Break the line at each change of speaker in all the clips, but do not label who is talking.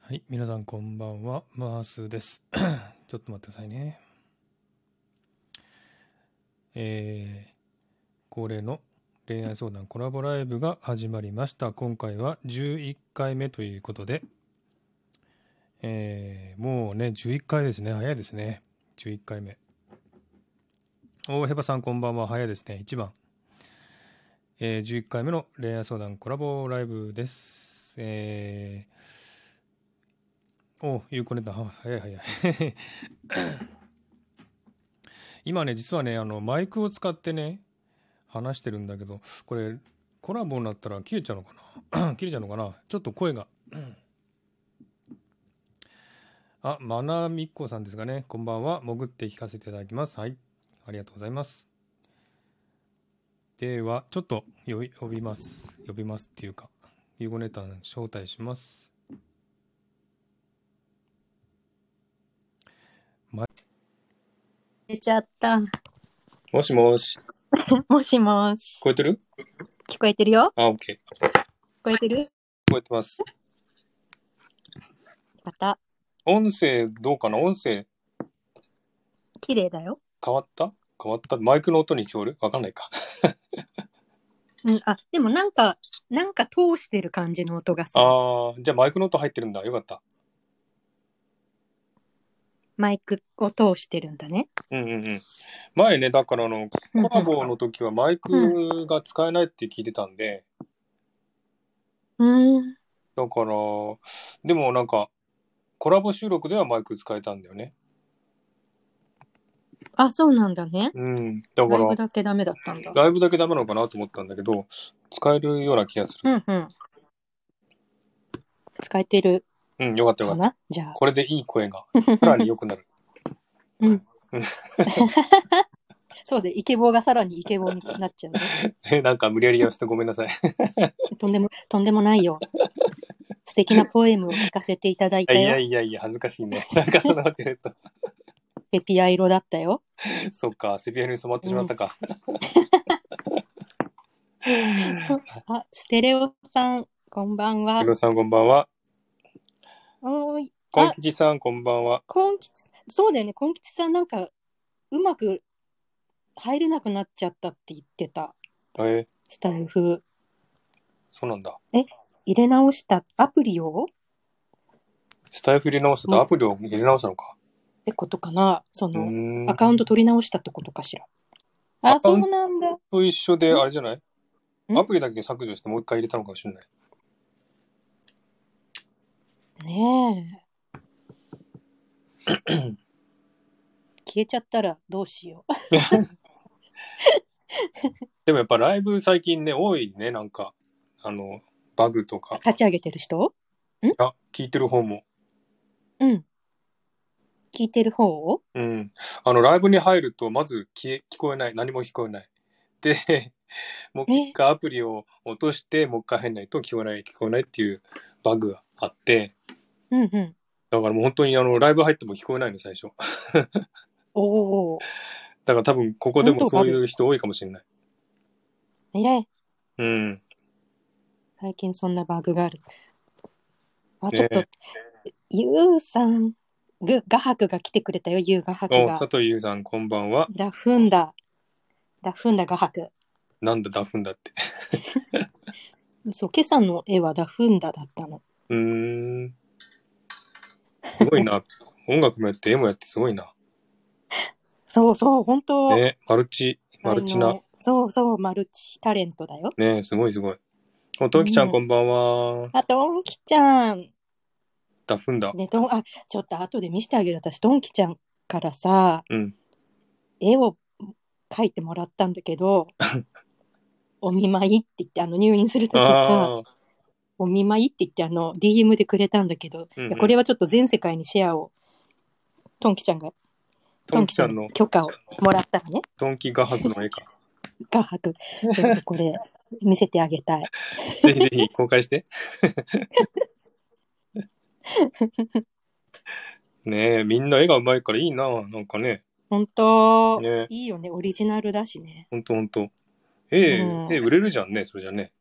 はい、皆さんこんばんは、マースです。 ちょっと待ってくださいね。えー恒例の恋愛相談コラボライブが始まりました。今回は11回目ということで、えーもうね、11回ですね。早いですね。11回目。おー、ヘバさんこんばんは。早いですね。1番。えー11回目の恋愛相談コラボライブです。えーおゆうこねだ。は早い早い。 今ね、実はね、あの、マイクを使ってね、話してるんだけど、これ、コラボになったら切れちゃうのかな 切れちゃうのかなちょっと声が。あ、まなみっこさんですかね。こんばんは。潜って聞かせていただきます。はい。ありがとうございます。では、ちょっと呼び呼びます。呼びますっていうか、ゆうこねたん招待します。
寝ちゃった。
もしもし。
もしもし
聞。こえてる
聞こえてるよ
あ、オッケー。
聞こえてる
聞こえてます。
また、
音声どうかな音声
綺麗だよ。
変わった変わったマイクの音に聞こえるわかんないか。
うん、あ、でもなんか、なんか通してる感じの音がする。
あー、じゃあマイクの音入ってるんだ。よかった。
マイクを通してるんだね。
うんうんうん。前ね、だからあの、コラボの時はマイクが使えないって聞いてたんで、
うん。
だから、でもなんか、コラボ収録ではマイク使えたんだよね。
あ、そうなんだね。
うん。だか
ライブ
ら、
だけダメだったんだ。
ライブだけダメなのかなと思ったんだけど、使えるような気がす
う
る。
んうん。使えてる
うん、よかったよか
か
った。
なじゃあ。
これでいい声が、さらに良くなる。
うん
うん。
そうで、イケボーがさらにイケボーになっち ゃうね。
でなんか無理やりやらせてごめんなさい。
とんでも、とんでもないよ。素敵なポエムを聞かせていただいた
いや
よ。
いやいや、恥ずかしいね。 なんかそんなこと言うと、
セピア色だったよ。
そっか、セピアに染まってしまったか。
あ、ステレオさん、こんばんは
ヒ。ロさんこんばんは。
おーい、
コンキチさんこんばんは。
こんきつ、そうだよね、こんきつさんなんか、うまく入れなくなっちゃったって言ってた。
えー、
スタイフ。
そうなんだ。
入れ直したアプリを
スタイフ入れ直したとアプリを入れ直したのか。
ってことかなそうの、
ーん。
アカウント取り直したってことかしら。
アカ
あ、そ
ウ
う
ン
なんだ。
と一緒で、あれじゃない
ん
アプリだけ削除してもう一回入れたのかもしれない。
ねえ。消えちゃったらどうしよう。
でもやっぱライブ最近ね、多いね、なんか。あの、バグとか。
立ち上げてる人
あ、聞いてる方も。
うん。聞いてる方を
うん。あの、ライブに入ると、まず消え、聞こえない。何も聞こえない。で、 もう一回アプリを落として、もう一回入んないと聞こえない、聞こえないっていうバグがあって、
うんうん。
だからもう本当にあの、ライブ入っても聞こえないの、最初。
おお。
だから多分、ここでも
本当
そういう人多いかもしれない。
ねえ。
うん。
最近そんなバグがある。あ、
ね
ちょっと、ゆうさん、ぐ、画伯が来てくれたよ、ゆう画伯
お、
が
佐。藤優さん、こんばんは。
だ、ふんだ。だ、ふんだ画伯。
なんだ、ダフンだって。
そう、今朝の絵はだ、ふんだだったの。
うーん。すごいな。 音楽もやって、絵もやって、すごいな。
そうそう、本当
ね、マルチ、マルチ
あ
な。
のそうそう、マルチタレントだよ。
ね、すごいすごい。お、トウキちゃ、
うんん
こんばんは。
あ、ドンキちゃん。
ダフンだ。
ね、ドン、あ、ちょっと後で見せてあげる。私、ドンキちゃんからさ、
うん。
絵を描いてもらったんだ けど、お見舞いって言って、あの、入院するときさ、
ああ。
お見舞いって言ってあの DM でくれたんだけど、
うんうん
いやこれはちょっと全世界にシェアをトンキちゃんが
トンキさんの
トンキ許可をもらったらね
トンキ画伯の絵か。
画伯ちょっとこ れ見せてあげたい
ぜひぜひ公開 して。ねえ、みんな絵がうまいからいいな。なんかね。
本当、
ね
いいよねオリジナルだしね
ほんとほんと。絵、
うん
絵 売れるじゃんね、それじゃね。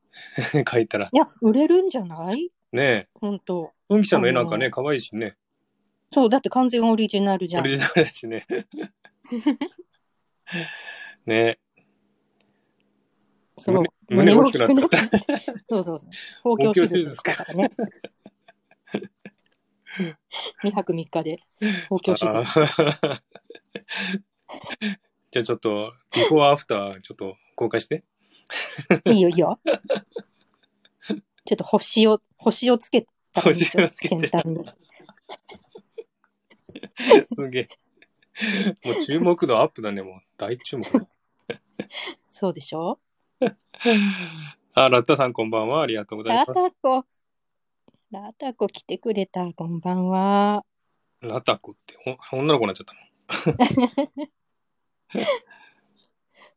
描いたら。
いや売れるんじゃない
ね
本当
うんきちゃんの絵なんか
あ
ね、
の
可愛いしね。
そう、だって完全オリジナルじゃ
オ
ん
リ。ジナルだし ね。ね
そう。
胸胸大きくなっち
胸大きくなっちゃった。そうそう。公共手術だからね。2泊3日で公共手
あ
術。
ー じゃあちょっと、ビフォーアフター、ちょっと公開 して。
いいよいいよ。ちょっと星を、星をつけた感じ
星をつけて
先端に。
すげえ。もう注目度アップだね、もう。大注目だ。
そうでしょ
あ、ラッタさんこんばんは。ありがとうござい
ラ
ます。
タコ。ラタコ来てくれた。こんばんは。
ラタコって、お女の子になっちゃったの。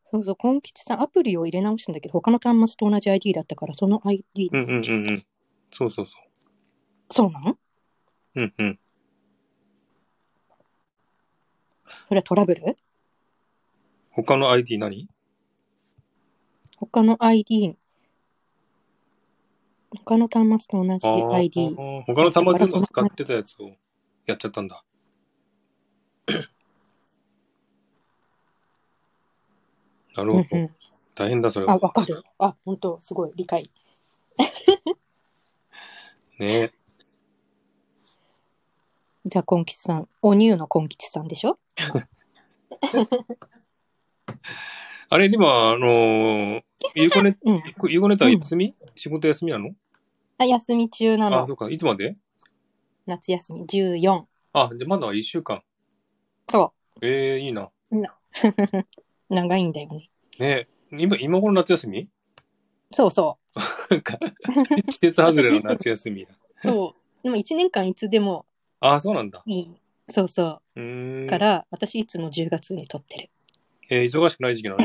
そうそう、コン吉さん、アプリを入れ直したんだけど、他の端末と同じ ID だったから、その ID、
うんうんうんうん。そうそうそ
そうなん
う。うんうん。
それはトラブル
他の ID 何
他の ID、他の端末と同
あ
じ
ー
ID。
他の端末の使ってたやつをやっちゃったんだ。なる
う
ほ
ん
ど。
うん、
大変だ、それは。
あ、わかる。あ、本当すごい、理解。
ね
じゃあ、コン吉さん、おニューのコン吉さんでしょ
あれ、でも、あのー、ゆうこね、
うん。
ゆうこねたは
うん
休み、仕事休みなの
あ、休み中な
あ
の
そ。うか。いつまで
夏休み14。
あ、じゃあまだ1週間。
そ
ええいいな。
う。長いんだよね。
ね今、今頃夏休み
そうそ
なん か、季節外れの夏休みだ。
う。そう。でも1年間いつでも
あ、そうなんだ。
いい。そうそう
ー
う。
ん。
から、私いつも10月に撮ってる。
えー忙しくない時期なの。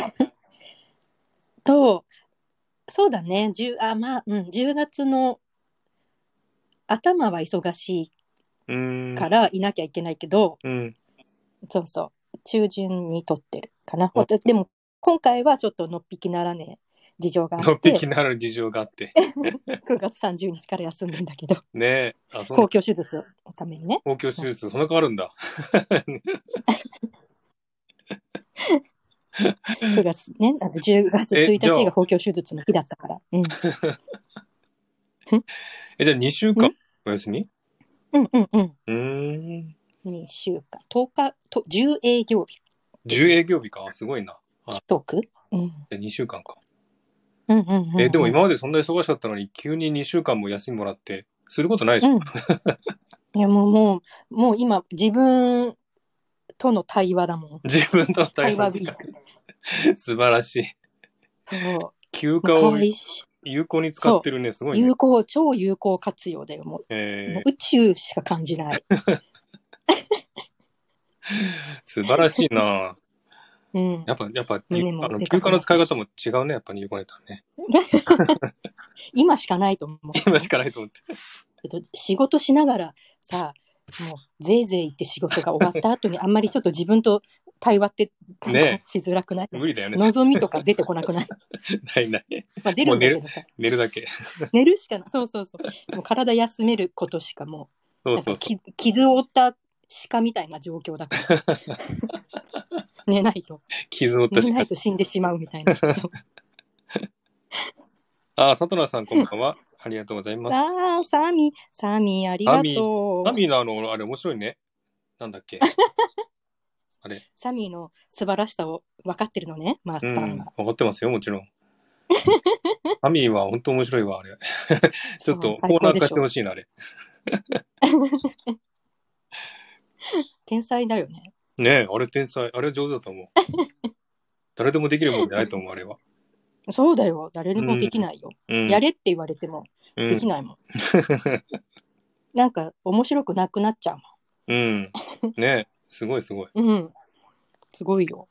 と、そうだね。10、あ、まあ、うん。10月の頭は忙しいう
ーん。
からいなきゃいけないけど、
うん。
そうそう中旬に撮ってるかな
うん
私でも今回はちょっとのっぴきならねえ事情があ
の
っ
っぴ
て
きなる事情があって。
9月30日から休んでんだ けど
ねえ。あ、そう
公。共手術のためにね
公共手術、そんな変わるんだ。
9月 ねあの10月
え
1
じゃあ
日が公共手術の日だったからうん
え、じゃあ2週間お休み
うんうんうん
うーん。
2週間10日と10営業日
10営業日か。すごいな。
既得、うん、
2週間か。
うんうんうんうん
え、でも今までそんな忙しかったのに、急に2週間も休みもらって、することないでしょ、
うん、いやもうもうもう今自分との対話だもん
自分との対
対
話
話
時
ビー
間。
ク
素晴らしい。
そう
休暇
可
を
愛いし
有効に使ってるね、すごいね
有。効超有効活用だよもうも
え
う宇宙しか感じ ない。
ー、素晴らしい な
うん
や、っぱ、やっぱ、ゆ
胸も
あの
出
休
た
暇
か
の
ら
使い方も違うね、やっぱり、ゆこねたね。
今しかないと思う。
今しかないと思って。
えっと仕事しながらさ、もうぜいぜい言って仕事が終わった後にあんまりちょっと自分と対話って
ね
しづらくない、
無理だよね。
望みとか出てこなくない、
ないない。
まあ、出るんだけどさ
寝るだけ。
寝るしかないそうそうそうもう体休めることしかも
そううそう
なんか
そ
き傷を負った鹿みたいな状況だからさ 寝ないと
う。傷を負った
寝
し
な
か
い。と死んでしまうみたいなそう
あ、佐藤さん、こんばん は。ありがとうございます。
ああ、サーミー、サーミー、ありがとう。
サミーのあの、あれ面白いね。なんだっ け。あれ。
サミーの素晴らしさを分かってるのね、マー
う
スター
ん
が。、
分かってますよ、もちろん。サミーは本当面白いわ、あれ。ちょっと
そう
コーナー化して
最
ほ
高でしょ
しいな、あれ。
天才だよね。
ねえ、あれ天才。あれ上手だと思 う。誰でもできるもんじゃないと思う、あれは。
そうだよ、誰でもできないよ。
うん、
やれって言われても
うん、
できないもん。なんか面白くなくなっちゃう
うん。ねえ、すごいすごい。
もん。うん。すごいよ。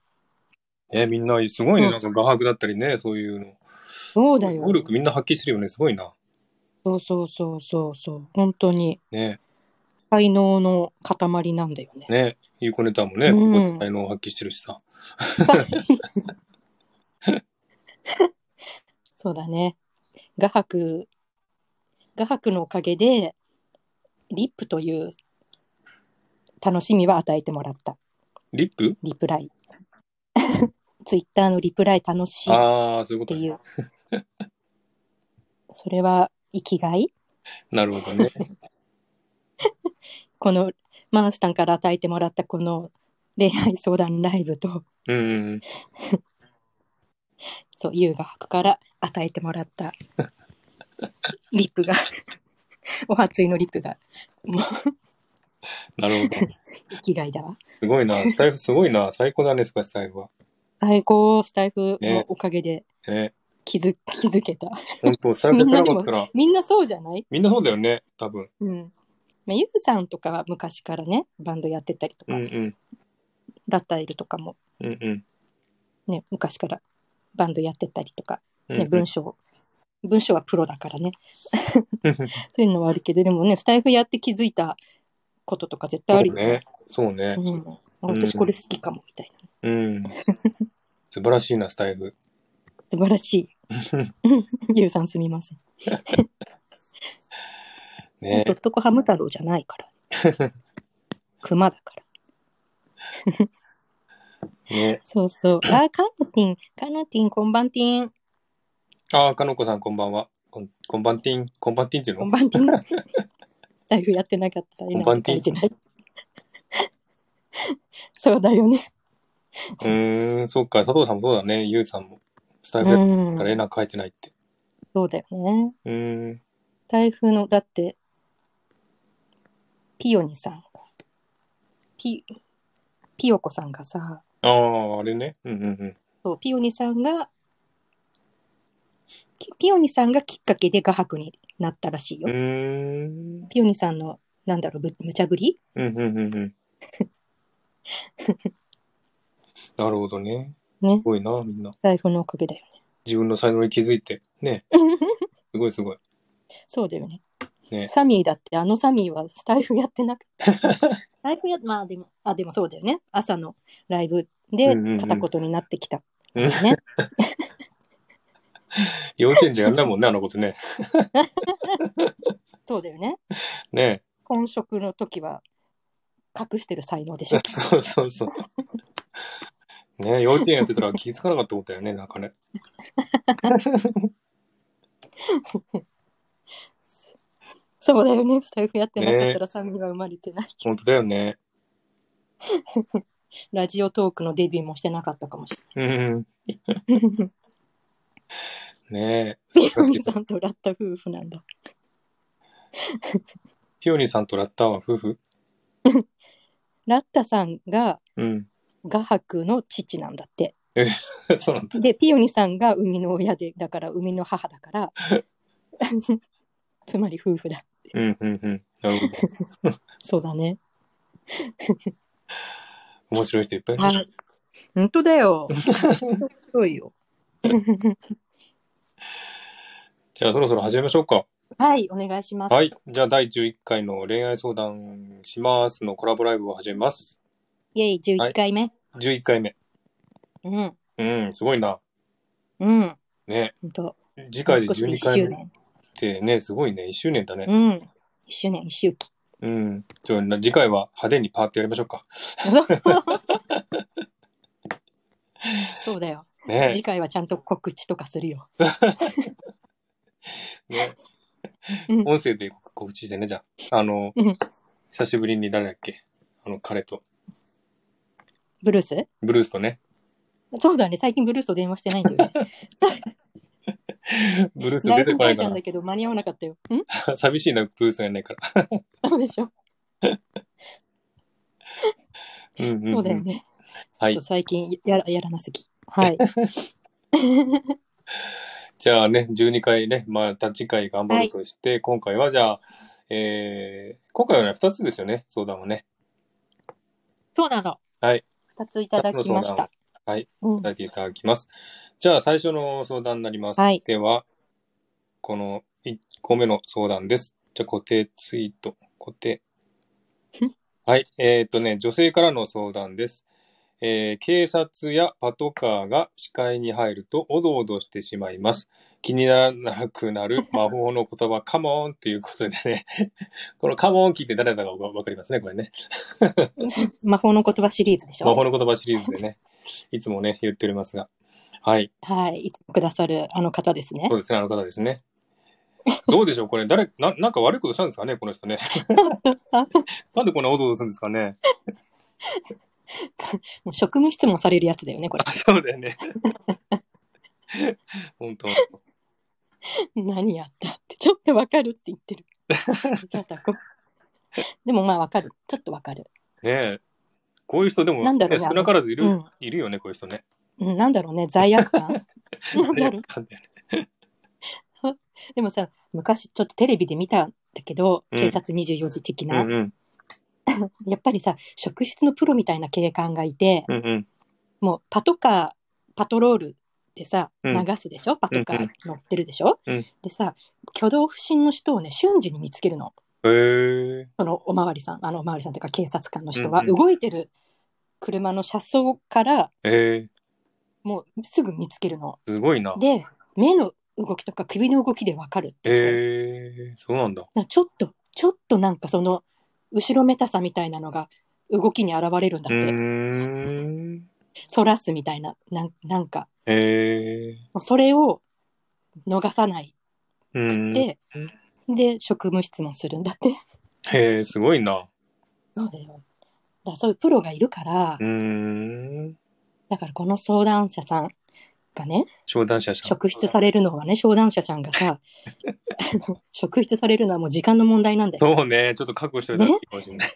えみんなすごいね。
そ
な
う
んか画伯だったりね、そういうの。
そうだよ。
能力みんな発揮してるよね、すごいな。
そうそうそうそうそう。本当に
ね
才能の塊なんだよね
え、。ねえ、ゆうこネタもね、
うん
ここで才能を発揮してるしさ。
そうだね。画伯、画伯のおかげで、リップという楽しみは与えてもらった。
リップ
リプライ。 ツイッターのリプライ楽しいっ
ああ、そういうこ
て
と
い
ね。
う。それは生きがい
なるほど ね。
このマンスタンから与えてもらったこの恋愛相談ライブと、
うんうん。
そう、優雅博から与えても らったリップが、 お初いのリップが
なるほど。
生きがいだわ。
すごいな。スタイフすごいな。最高だね、スカイスタイフは。
最高、スタイフの
ね
おかげで
ね。
気づ,、気づけた。
本当スタイフやってなかったら、
みんなそうじゃない
みんなそうだよね、多分。
うん。まあ、ゆうさんとかは昔からね、バンドやってたりと
う
か、
んうん。
ラッタイルとかも
うんうん。
ね、昔からバンドやってたりとか、
うん
ね、
うん
文章、文章はプロだからね、そういうのはあるけど、でもね、スタイフやって気づいたこととか絶対
そ
あ
う
るよね
ね。。そうね。
うん。私これ好きかもみたいな。
うん。素晴らしいな、スタイフ。
素晴ら しい。ゆうさんすみません。
ね
ドットコハム太郎じゃないから。 熊だから。
ね
そ うそう。あ、カノティン、カノティン、こんばんティン、
ああ、かのこさんこんばんは。こんこんばんてん、こんばんてんっていう
こん
の
ばんテ ィン。ライフやってなかったら、
こんばんティン
じゃない。 そうだよね。
うーん、そっか、佐藤さんもそうだね。ゆうさんも。スタイフやっ
うん
たら絵なんか描いてないって。
そうだよね。
うーん。
台風の、だって、ピヨニさん。ピ、ピヨコさんがさ、
ああ、あれね。うんうんうん。
そう、ピヨニさんが、きピヨニさんがきっかけで画伯になったらしいうよ。
ーん。
ピヨニさんの、なんだろう、ぶ無茶ぶり
うんうんうん うん。なるほどね。
ね
すごいな、みんな。
台風のおかげだよね。
自分の才能に気づいて。ね。すごいすごい。
そうだよね。
ね。
サミーだって、あのサミーはスタイフやってなく て。スタイフや、まあでも、あ、でもそうだよね。朝のライブで
うんうんうん
片言になってきた。
うん
ね。
幼稚園じゃやんないもんね、あのことね。
そうだよね。
ね。
本職の時は隠してる才能でしょ
そうそうそう。ね幼稚園やってたら気づかなかったことだよね、なんかね。
そうだよねスタイフやってなかったらサミーは生まれてない、
本当だよね。
ラジオトークのデビューもしてなかったかもし
うんうん。
れない
ね
ピ
素
オ
晴ら
ニ
しい
さんとラッタ夫婦なんだ
ピオニさんとラッターは夫婦
ラッタさんが
うん。
画伯の父なんだって
そうなんだ。
でピオニさんが生みの親でだから生みの母だから つまり夫婦だ
うんうんうん。なるほど。
そうだね
面白い人いっぱいいるね。
はい本当だ よ面白いよ
じゃあそろそろ始めましょうか。
はいお願いします
はい。じゃあ第11回の恋愛相談しますのコラボライブを始めます。
イエイ11回目、
11回目。
うん
うん、すごいな。
うん
ね
本当
次回で
もう少し
12
一
回
周
目っ
年。
てね、すごいね。1周年だね。
うん。一周年、一周期。
うん。じゃあ次回は派手にパーってやりましょうか。
そうだよ。
ね
次回はちゃんと告知とかするよ。
ね
うん
音声で告知してね、じゃあ。あの
うん、
久しぶりに誰だっけあの、彼と、
ブルース
ブルースとね。
そうだね。最近ブルースと電話してないんだよね。
ブルース
ライ
出
ブ
てこ
に書
ないいか
たんだけど間に合わなかったよ。ん
ら。 寂しいな、ブルースがいないから。
そうでしょ。
うんうん、うん。
そうだよね。
は
ちょ
い
っと。最近やらやらなすぎ。はい。
じゃあね、12回ね、また次回頑張るとして、今回はじゃあ、えー、今回はね、2つですよね、相談はね。
そうなの。
はい。
二ついただきました。
はい。
うん
いただいていただきます。じゃあ、最初の相談になります。
はい
では、この1個目の相談です。じゃあ、固定ツイート、固定。はい。えーっとね、女性からの相談です。えー警察やパトカーが視界に入るとおどおどしてしまいます。気にならなくなる魔法の言葉、カモンっていうことでね、 このカモン聞いて誰だかわわかりますね、これね。
魔法の言葉シリーズでし
魔法
ょ。
の言葉シリーズでね、いつもね、言っておりますが。はい。
はい。いつもくださるあの方ですね
そ。うですね、あの方ですね。どうでしょうこれ、誰、な、なんか悪いことしたんですかねこの 人ね。なんでこんなおどおどするんですかね
もう職務質問されるやつだよね、これ
あ、。そうだよね。本当。
何やったって、ちょっとわかるって言ってる。 やだこでもまあわかる。ちょっとわかる。
ねえ。こういう人でも、
なんだろ
ね、
うね
少なからずいる、
うん
いるよね、こういう人ね。
うんなんだろうね、罪悪感。なんだろう。でもさ、昔ちょっとテレビで見たんだけど、
うん
警察24時的
う
な。
んうん。
やっぱりさ、職質のプロみたいな警官がいて、
うんうん。
もうパトカー、パトロールでさ、
う
流
ん
すでしょ、パトカ
うんうん
ー乗ってるでしょ、
うん
でさ、挙動不審の人をね、瞬時に見つけるの。
へえ。
そのおまわりさん、あのおまわりさんというか警察官の人は、
うんうん
動いてる車の車窓から
へえ。
もうすぐ見つけるの。
すごいな。
で、目の動きとか首の動きでわかるっていう
へえ。そうなんだ。
なんかちょっと、ちょっとなんかその、後ろめたさみたいなのが動きに現れるんだ
う
って、
ーん。
そらすみたいな、なんなんか、
へえ。
もうそれを逃さない
うん。へ
で、で、職務質問するんだって。
え、すごいな。
そうだよ。だからそういうプロがいるから
う、ーん。
だからこの相談者さんがね、
商談者さん。
職質されるのはね、商談者さん がさ、あの職質されるのはもう時間の問題なんだよ。
そうね。ちょっと覚悟しておいた方がいいかもしれない。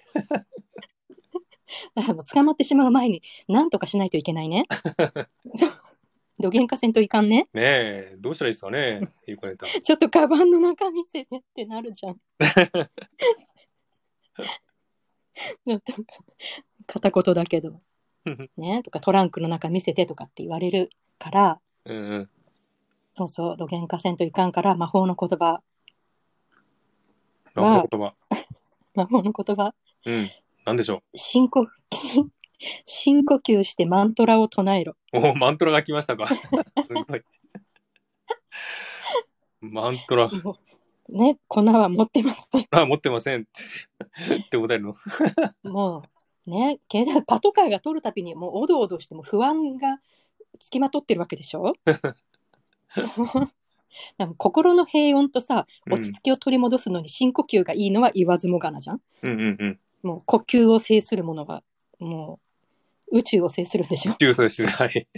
だからもう捕まってしまう前に、なんとかしないといけな いね。そうどげんかせんといかんね。
ねえ。どうしたらいいですかね。ゆうこネタ。
ちょっとカバンの中見せてってなるじゃん。なんか片言だけど。ね、とかトランクの中見せてとかって言われるから
うんうん。
そうそうどげんかせんといかんから魔法の言葉
あ、言葉。
魔法の言葉
うん。なんでしょ
深呼深呼吸してマントラを唱えろ
う。おお、マントラが来ました か。すごい。マントラ。
もうね粉は持ってますね
あ、持ってません。って答えるの。
もうね警察パトカーが通るたびにもうおどおどしてもう不安がつきまとってるわけでし ょでも心の平穏とさ落ち着きを取り戻すのに深呼吸がいいのは言わずもがなじゃん、
うんうんうん。
もう呼吸を制するものはもう宇宙を制するでしょ
重曹してる。はい。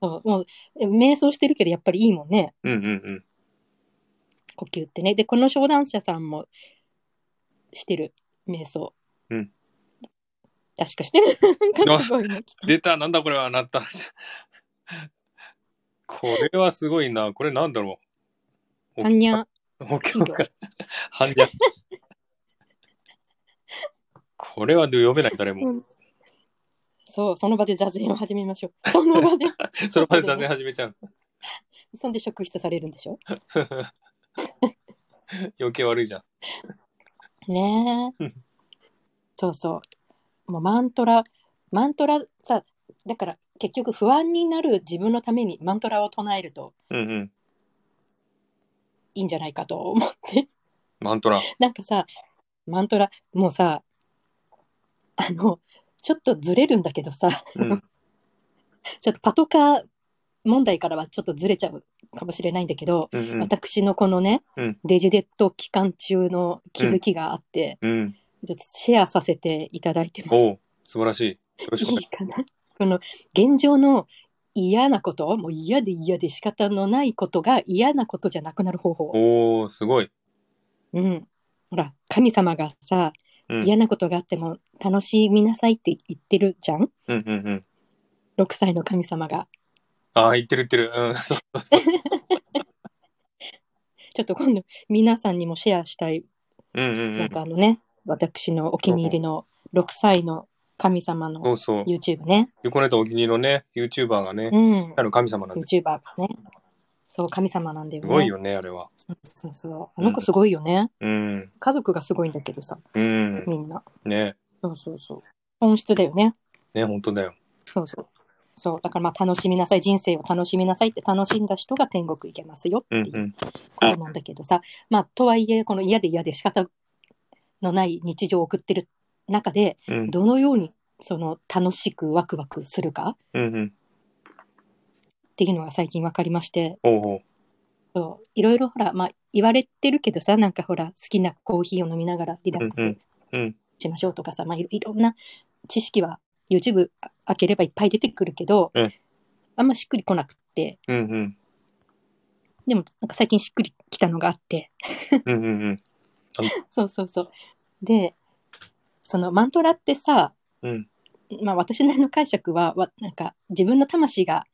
そうもう瞑想してるけどやっぱりいいもんね
うんうんうん。
呼吸ってねでこの商談者さんもしてる瞑想
うん
確かしてる なんかす ごいね
出た、なんだこれは、なった。 これはすごいな。これなんだろう。
あんにゃ
お経か。はんにゃ。これは読めない、誰も。
うんそう、その場で座禅を始めましょう。その場で、
その場で座禅始めちゃう。
そんで職質されるんでしょ
余計悪いじゃん。
ね
う
え
ん。
そうそう。もうマントラ、マントラさ、だから結局不安になる自分のためにマントラを唱えると
うんうん。
いいんじゃないかと 思って。
マントラ。
なんかさ、マントラ、もうさ、あの、ちょっとずれるんだけどさ、
うん。
ちょっとパトカー問題からはちょっとずれちゃうかもしれないんだけど、
うんうん。
私のこのね、
うん
デジデット期間中の気づきがあって、
うん。
ちょっとシェアさせていただいても
おう素晴らしい。よろしくお願
いいかな。この現状の嫌なこと、もう嫌で嫌で仕方のないことが嫌なことじゃなくなる方法。
おおすごい。
うん。ほら、神様がさ、
うん。
嫌なことがあっても楽しみなさいって言ってるじゃ
う
ん
んうんうん。
?6 歳の神様が。
ああ、言ってる言ってる。うん。そうそうそう。
ちょっと今度皆さんにもシェアしたい。
うんうんう
なん
ん。
かあのね、私のお気に入りの6歳の神様の
そうそう。
YouTube ね。
横ネタお気に入りのね、YouTuber がね、
うん。
あの神様なんで。
YouTuber がね。そう、神様なんだよ
す
ね。
ごいよね、あれは。
そうそうそう。あの子すごいよね。
うん。
家族がすごいんだけどさ、
うん。
みんな。
ね
そうそうそう。本質だよね。
ね本当だよ。
そうそう。そう、だからまあ楽しみなさい、人生を楽しみなさいって楽しんだ人が天国行けますよって
う
い
ん
う
うん。
ことなんだけどさ、まあとはいえ、この嫌で嫌で仕方のない日常を送ってる中で、
うん
どのようにその楽しくワクワクするか
うんうん。
っていうのが最近分かりまして、
おうおう。
そういろいろほら、まあ言われてるけどさ、なんかほら、好きなコーヒーを飲みながらリラック
うんう
ス
んうん
しましょうとかさ、まあいろいろんな知識は YouTube 開ければいっぱい出てくるけど、
うん
あんましっくりこなくって、
うんうん。
でもなんか最近しっくりきたのがあって
うんうんうん。
そうそうそうでそのマントラってさ、
うん
まあ、私なりの解釈はわなんか自分の魂が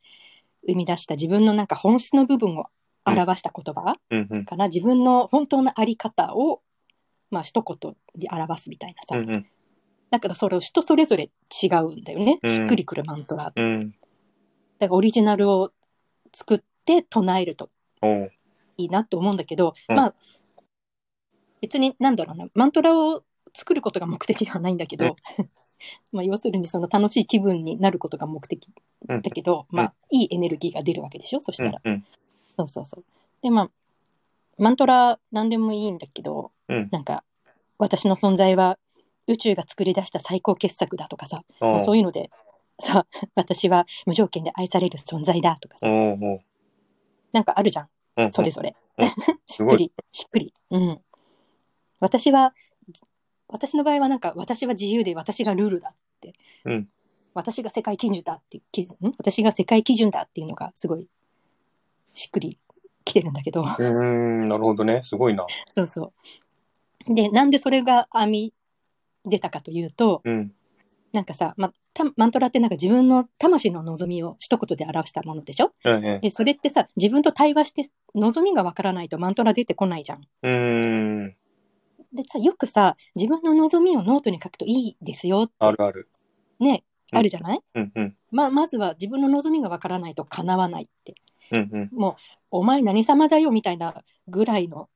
生み出した自分のなんか本質の部分を表した言葉
うんうん。
かな、自分の本当の在り方をまあ一言で表すみたいなさ、
うんうん。
だからそれを人それぞれ違うんだよね、
うん
しっくりくるマントラ
うん。
だからオリジナルを作って唱えると
おう。
いいなと思うんだけど、
うん
まあ別になんだろうなマントラを作ることが目的ではないんだけど、 まあ要するにその楽しい気分になることが目的
うん
だけど、ま
うん
あいいエネルギーが出るわけでしょそしたら、
うんうん。
そうそうそうでまあマントラ何でもいいんだけど、
うん
なんか私の存在は宇宙が作り出した最高傑作だとかさ、
お
もうそう
う
いうのでさ私は無条件で愛される存在だとかさ、
おうおう
なんかあるじゃん
うん。
それぞれ
うん うん。
しっ
ご
く
い
り、しっくり。うん。私は、私の場合はなんか、私は自由で私がルールだって。
うん
私が世界基準だって、基準ん私が世界基準だっていうのがすごいしっくりきてるんだけど。
うーん。なるほどね。すごいな。
そうそう。で、なんでそれが編み出たかというと、
うん。
なんかさ、ま、たマントラってなんか自分の魂の望みを一言で表したものでしょ
うんうん。
で、それってさ、自分と対話して望みがわからないとマントラ出てこないじゃん。
うーん。
でさよくさ自分の望みをノートに書くといいですよ
あるある。
ね
うん
あるじゃない、
うんうん。
ままずは自分の望みがわからないと叶わないって
うんうん。
もうお前何様だよみたいなぐらいの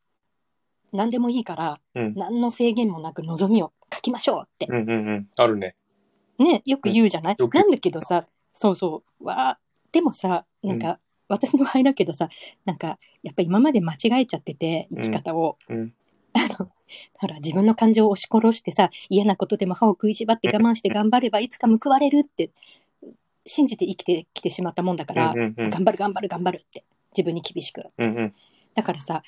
何でもいいから、
うん
何の制限もなく望みを書きましょうって
うんうんうん。あるね。
ねよく言うじゃない、
うんよく
なんだけどさそうそうわあでもさなんか、私の場合だけどさなんかやっぱ今まで間違えちゃってて生き方を、
うん。
ほら、自分の感情を押し殺してさ、嫌なことでも歯を食いしばって我慢して頑張ればいつか報われるって、信じて生きてきてしまったもんだか
うん
ら、
うんうん。
頑張る頑張る頑張るって、自分に厳しく。
うんうん。
だからさ、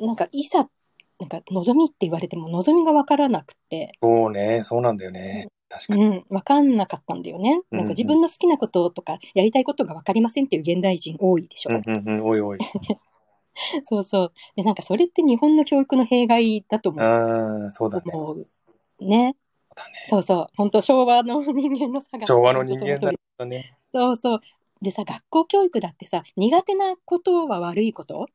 なんかいざ、なんか望みって言われても望みがわからなくて、
そうね。そうなんだよね。確か
う
に。
ん、わかんなかったんだよね。
うん
なんか自分の好きなこととか、やりたいことがわかりませんっていう現代人多いでしょ。
うんうんうん。おいおい。
そうそう。で、なんかそれって日本の教育の弊害だと思う。
ああ、そうだね。
思うね。
だね
そうそう。本当昭和の人間の差が。
昭和の人間だ
本当その通
っ
り
たね。
そうそう。でさ、学校教育だってさ、苦手なことは悪いこと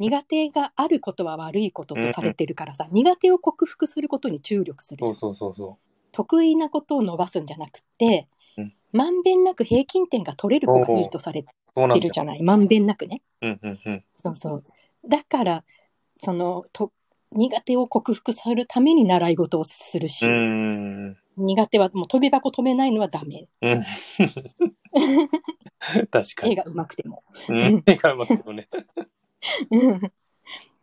苦手があることは悪いこととされてるからさ、苦手を克服することに注力するじゃ
そ
ん
うそうそうそ
得意なことを伸ばすんじゃなくて
うん、
まんべんなく平均点が取れる子がいいとされ
う。そうな
て
んだ
る
よ。
じゃない。まんべんなくね。
うんうんうん。
そうそう。だから、その、と苦手を克服するために習い事をするし、
うーん。
苦手はもう飛び箱止めないのはダメ
うん 確か
絵
に。
が上手くても
うん。絵がうまくてもね。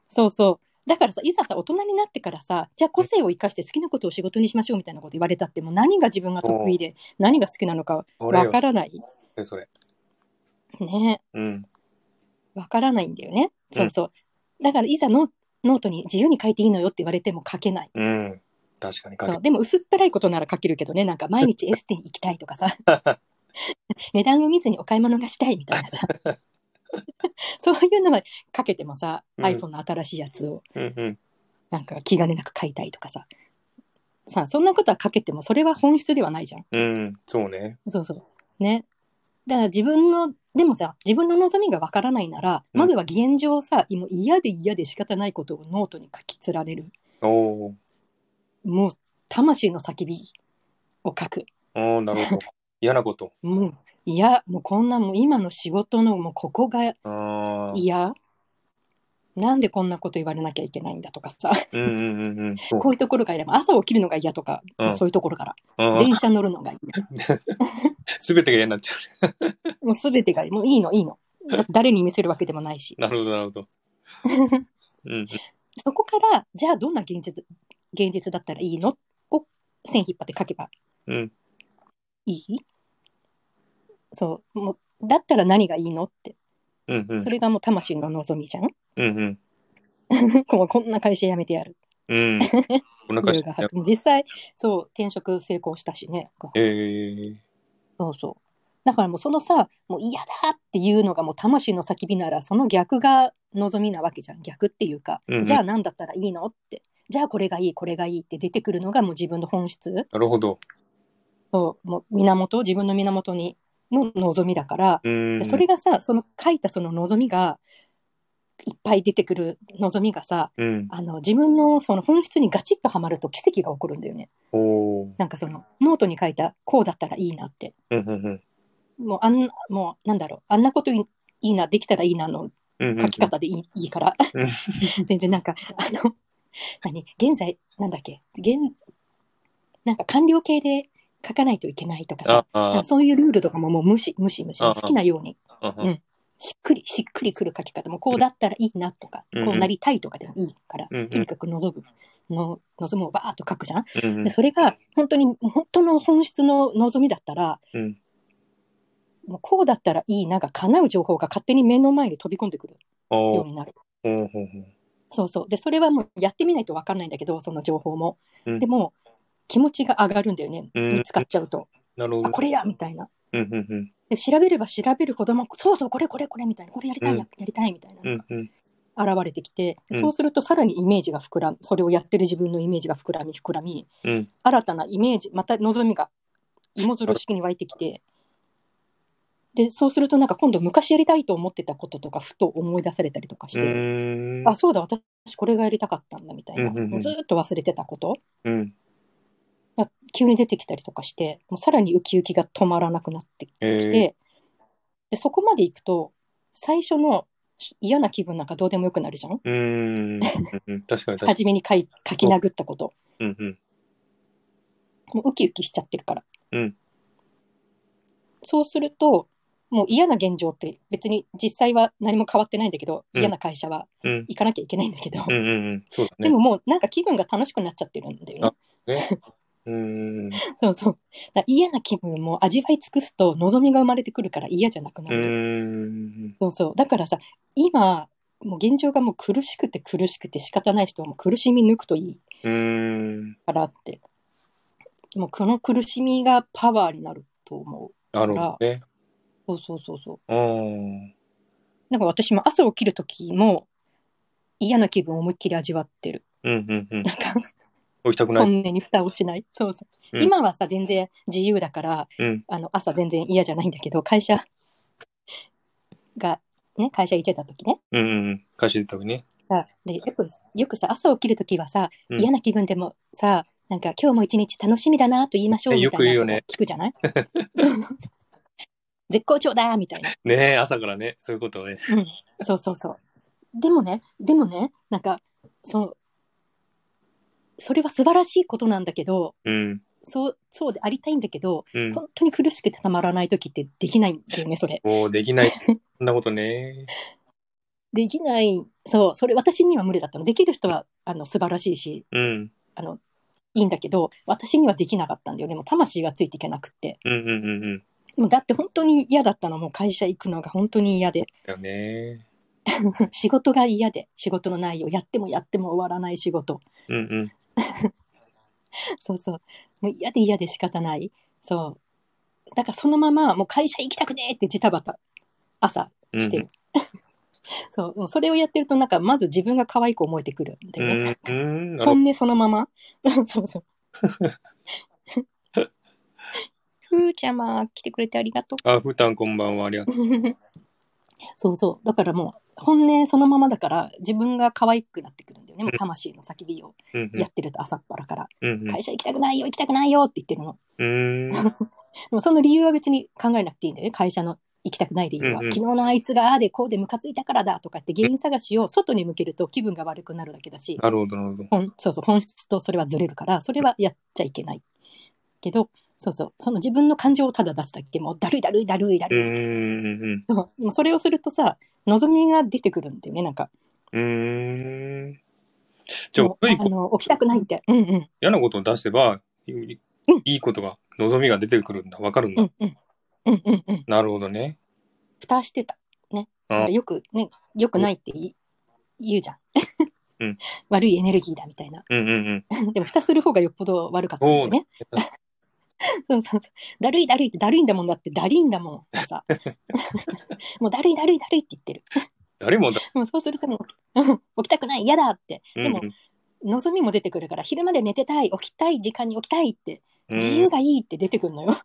そうそうだからさいざさ大人になってからさじゃあ個性を生かして好きなことを仕事にしましょうみたいなこと言われたってもう何が自分が得意で何が好きなのか
俺
わ
よ
か。らない
それそれ。
ね
うん。
わからないんだよね
うん
そうそう、だからいざのノートに自由に書いていいのよって言われても書けない
うん。確かに書
そう
け
でも薄っぺらいことなら書けるけどねなんか 毎日エステに行きたいとかさ値段を見ずにお買い物がしたいみた いなさそういうのは書けてもさ、
うん
iPhone の新しいやつを
うんうん。
なんか気兼ねなく買いたいとかささあそんなことは書けてもそれは本質ではないじゃん
うん。そうね。
そうそうねだから自分のでもさ自分の望みがわからないなら、
うん
まずは現状をさもう嫌で嫌で仕方ないことをノートに書き連れる
おー。
もう魂の叫びを書く
おー、なるほど。 嫌なこと。
もういやもうこんなもう今の仕事のもうここが
あー
嫌なんでこんなこと言われなきゃいけないんだとかさ、
うんうんうんうん。そう
こういうところが嫌、朝起きるのが嫌とか、
うん
そういうところから、
うん
電車乗るのが嫌、
すべてが嫌になっちゃ
もう全てがもういいの、いいの。だって誰に見せるわけでもないし
う。。なるほど、なるほど。うん
そこから、じゃあどんな現実現実だったらいいのを線引っ張って書けば
うん。うん。
いいそう、もう、だったら何がいいのって。
うんうん
そ。れがもう魂の望みじゃん。
うんうん。
もうこんな会社辞めてやる。
うん。お腹
夜
して
が張って実際、そう、転職成功したしね。
ええ
そうそう。だからもうそのさ、もう嫌だっていうのがもう魂の叫びなら、その逆が望みなわけじゃん。逆っていうか、
うんうん
じゃあ何だったらいいのって。じゃあこれがいい、これがいいって出てくるのがもう自分の本質。
なるほど。
そうもう源自分の源にの望みだから、
うん。
それがさその書いたその望みがいっぱい出てくる望みがさ
うん。
あの自分のその本質にガチッとはまると奇跡が起こるんだよね
おお。
なんかそのノートに書いたこうだったらいいなって
うんうん
もうあんもうなんだろうあんなこといいいなできたらいいなの
うん。
書き方でいい,、いいから
うん
全然なんかあの何現在なんだっけ現なんか官僚系で書かないといけないとかさ
ああ
そういうルールとかももう無視、無視、無視。
あ
好きなように、
ー。
しっくり、しっくりくる書き方も、こうだったらいいなとか、
うん
こうなりたいとかでもいいから、
うんうん
とにかく望む、の望むをバーっと書くじゃん。
うんうん
でそれが、本当に、本当の本質の望みだったら、
うん。
もうこうだったらいいなが叶う情報が勝手に目の前に飛び込んでくる
お
よう
お。
になる。
ほうほうほう
そうそう。で、それはもうやってみないと分かんないんだけど、その情報も。
うん
でも、気持ちが上がるんだよね。
うん
見つかっちゃうと。
なるほ
あ、
ど。
これやみたいな。
うんうんうん。
で調べれば調べるほどもそうそうこれこれこれみたいなこれやりたい
う
や,、
ん
やりたいみたいな
う
の
んうん。
が現れてきて、
うん
そうするとさらにイメージが膨らむそれをやってる自分のイメージが膨らみ膨らみ
うん。
新たなイメージまた望みが芋づる式に湧いてきてでそうするとなんか今度昔やりたいと思ってたこととかふと思い出されたりとかし
う
て、
ん。
あそうだ私これがやりたかったんだみたい
う
な、
んうんうん
もうずーっと忘れてたこと
うん。
が急に出てきたりとかしてもうさらにウキウキが止まらなくなって
え
来
え。
て、でそこまで行くと最初の嫌な気分なんかどうでもよくなるじゃん
うん。確かに確かに。
初めに書い書き殴ったこと
うんうん。
もうウキウキしちゃってるから、
うん
そうするともう嫌な現状って別に実際は何も変わってないんだけど
うん
嫌な会社は
うん。
行かなきゃいけないんだけど、
うんうんうん。そうだ
で
ね。
ももうなんか気分が楽しくなっちゃってるんだよ
あ
ね
ね。うん。
そうそうだから嫌な気分も味わい尽くすと望みが生まれてくるから嫌じゃなくな
う
る、
ん。
そうそう。だからさ、今、もう現状がもう苦しくて苦しくて仕方ない人はもう苦しみ抜くといい
うん。
からって。もうこの苦しみがパワーになると思う。
なるほどね。
そうそうそうそう。
うん。
なんか私も朝起きる時も嫌な気分を思いっきり味わってる。
うんうんうん。
なんか
置きたくない。
本音に蓋をしない。そうそう。
うん
今はさ、全然自由だから、
うん
あの朝全然嫌じゃないんだけど、会社が、ね、会社行ってた時ね。
うんうん。会社出た時ね。
さでよくよくさ朝起きるときはさ
うん
嫌な気分でもさ、なんか今日も一日楽しみだなと言いましょう
ね
み
よ
た
く
いな
言うよね
聞くじ ゃないそう絶好調だみたいな、
ねえ、朝からね、そういうことをね。
うん、そうそうそうでもねでもねなんかそのそれは素晴らしいことなんだけど
うん。
そうそうでありたいんだけど
うん。
本当に苦しくてたまらない時ってできないんだよねそれ
もうできない。そんなことね。
できないそうそれ私には無理だったのできる人はあの素晴らしいし
うん。
あの、いいんだけど、私にはできなかったんだよね。もう魂がついていけなくって。
うんうんうんうん。
もうだって本当に嫌だったの。もう会社行くのが本当に嫌で。
だよね。
仕事が嫌で。仕事の内容。やってもやっても終わらない仕事。
うんうん。
そうそう。もう嫌で嫌で仕方ない。そう。だからそのまま、もう会社行きたくねえってジタバタ。朝
うん
してる。 そう。もうそれをやってると、なんかまず自分が可愛く思えてくるんだ
う
よね。
ん。うん。なるほど
本音そのま ま。そうそう。ふーちゃま、来てくれてありがとう。
あ、ふーたんこんばんは。ありがとう。
そうそう。だからもう、本音そのままだから、自分が可愛くなってくるんだよね。もう
うん
魂の叫びを
うん
やってると朝っぱらから、
うん。
会社行きたくないよ、行きたくないよって言ってるの。
うん。うん。
でもその理由は別に考えなくていいんだよね。会社の行きたくない理由は、
うんうん
昨日のあいつがああでこうでムカついたからだとかって原因探しを外に向けると気分が悪くなるだけだし、
なるほど、なるほど。
本そうそう本質とそれはずれるからそれはやっちゃいけないけどそうそうその自分の感情をただ出すだけもうだるいだるいだるいだ
う
るい、
ーん。
でもでもそれをするとさ望みが出てくるんだよねなんか
うーん。じゃあ、
もう
悪い
あ
こと、
の起きたくないってうんうん
嫌なことを出せば、いい
うん
いいことが、望みが出てくるんだ。わかるん
う
だ。
んうんうんうんうん
なるほどね。
蓋してたね
うん
なんかよくねよくないって言い言うじゃん、
うん
悪いエネルギーだみたいな
うんうんうん。
でも蓋する方がよっぽど悪かったんだよねそうそうそう。だるいだるいってだるいんだもんだってだりいんだもん さ。もうだるいだるいだるいって言ってる。
誰もだ、
もうそうするともううん起 きたくない嫌だって。
うん
でも望みも出てくるから昼まで寝てたい起きたい時間に起きたいって
うん
自由がいいって出てくる のよ。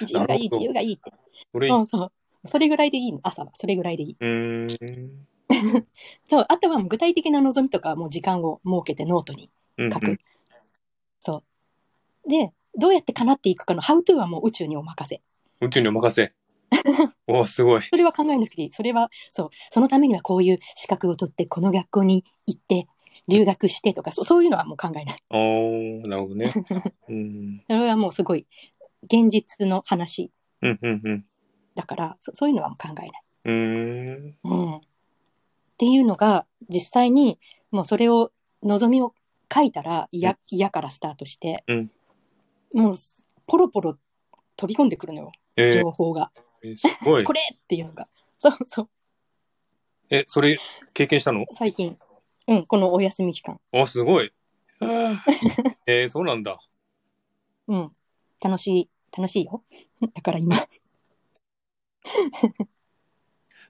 自由がいい
なるほど
自由がいいって。
これ、
そううそう。それぐらいでいいの朝はそれぐらいでいい。
ーん。
そうあとはもう具体的な望みとかはもう時間を設けてノートに
うん
書
う
く
ん。
そう。でどうやって叶っていくかの「How to」はもう宇宙にお任せ。
宇宙にお任 せ。おーすごい。
それは考えなくていい。それは、そう。そのためにはこういう資格を取って、この学校に行って、留学してとか、そうそういうのはもう考えない。
おーなるほどね。うん。
それはもうすごい、現実の話
うんうんうん。
だから、そそういうのはもう考えない。
うーん。
うん。っていうのが、実際に、もうそれを、望みを書いたら、嫌、嫌からスタートして、
うん
もう、ポロポロ飛び込んでくるのよ、
え
情報が。
ー、すごい
こ。れっていうのが。そうそう、
え、それ、経験したの
最近。うん、このお休み期間。
おすご い。えー、そうなんだ。
うん。楽しい、楽しいよ。 だから今、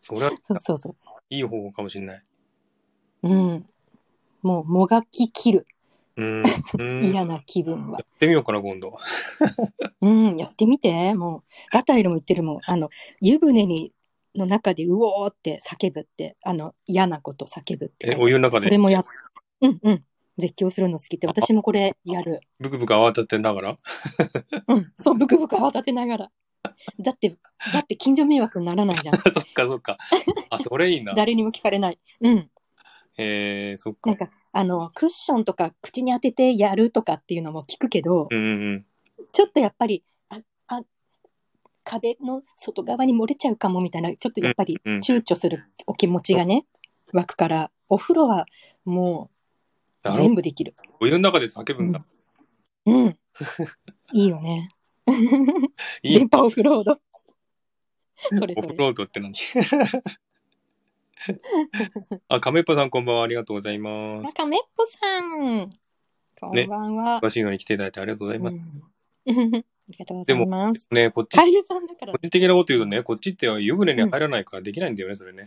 それは、
そうそうそ
いい方法かもしれない。
う。うん。もう、もがき切る。
うん。うんや
嫌な気分は
っ。てみようかな、今度。
うん、やってみて。もう、ラタイルも言ってるもん。あの、湯船に、の中でうおーって叫ぶって、あの、嫌なこと叫ぶって書
え、
いてある。
お湯の中
それ
で、
もや、うんうん。絶叫するの好きって、私もこれやる。
ブクブク泡立てながら。
うん。そう、ブクブク泡立てながら。だって、だって近所迷惑にならない じゃん。
そっか、そっ か。あ、それいいな。
誰にも聞かれない。うん。
えー、そっ
な
か
ん。かあのクッションとか口に当ててやるとかっていうのも聞くけど、
うんうんうん。
ちょっとやっぱりああ壁の外側に漏れちゃうかもみたいなちょっとやっぱり
うんうん
躊躇するお気持ちがね、湧くからお風呂はもう
なるほ
全
ど。
部できる。
お湯の中で叫ぶんだ。
うん、 いいよね。
いい
電。波オフロード。それ
オ
そ
フ
れ。
ロードって何 あ、亀っぽさんこんばんは。ありがとうございます。
中目っぽさん。こんばんは。
詳しいのに来ていただいてありがとうございます。
うん ありがとうございます。
ね、こっち、
カエルさんだから
個人的なこと言うとね、こっちって湯船に入らないからできないんだよね、それね。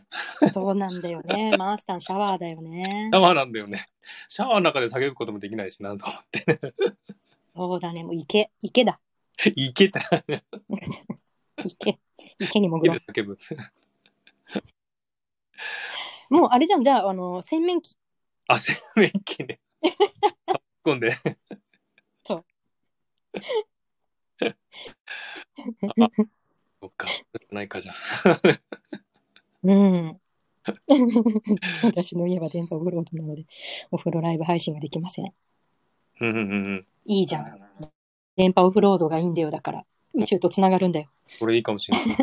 そうなんだ よね。マースターシャワーだよね
シャ。ワーなんだよね。シャワーの中で叫ぶこともできないしなと思ってね。
そうだね。もう池、池だ。
いけたらね、
池。池に
家
潜ろ
で叫 ぶ。
う。もうあれじゃん。じゃあ、あの、洗面器。
あ、洗面器 ね。突っ込んで。
そう
あ。そっか。ないかじゃん。
うん。 私の家は電波オフロードなので、お風呂ライブ配信ができません。
うんうんうんうん。
いいじゃん。電波オフロードがいいんだよ。だから、宇宙とつながるんだよ。
これいいかもしれない。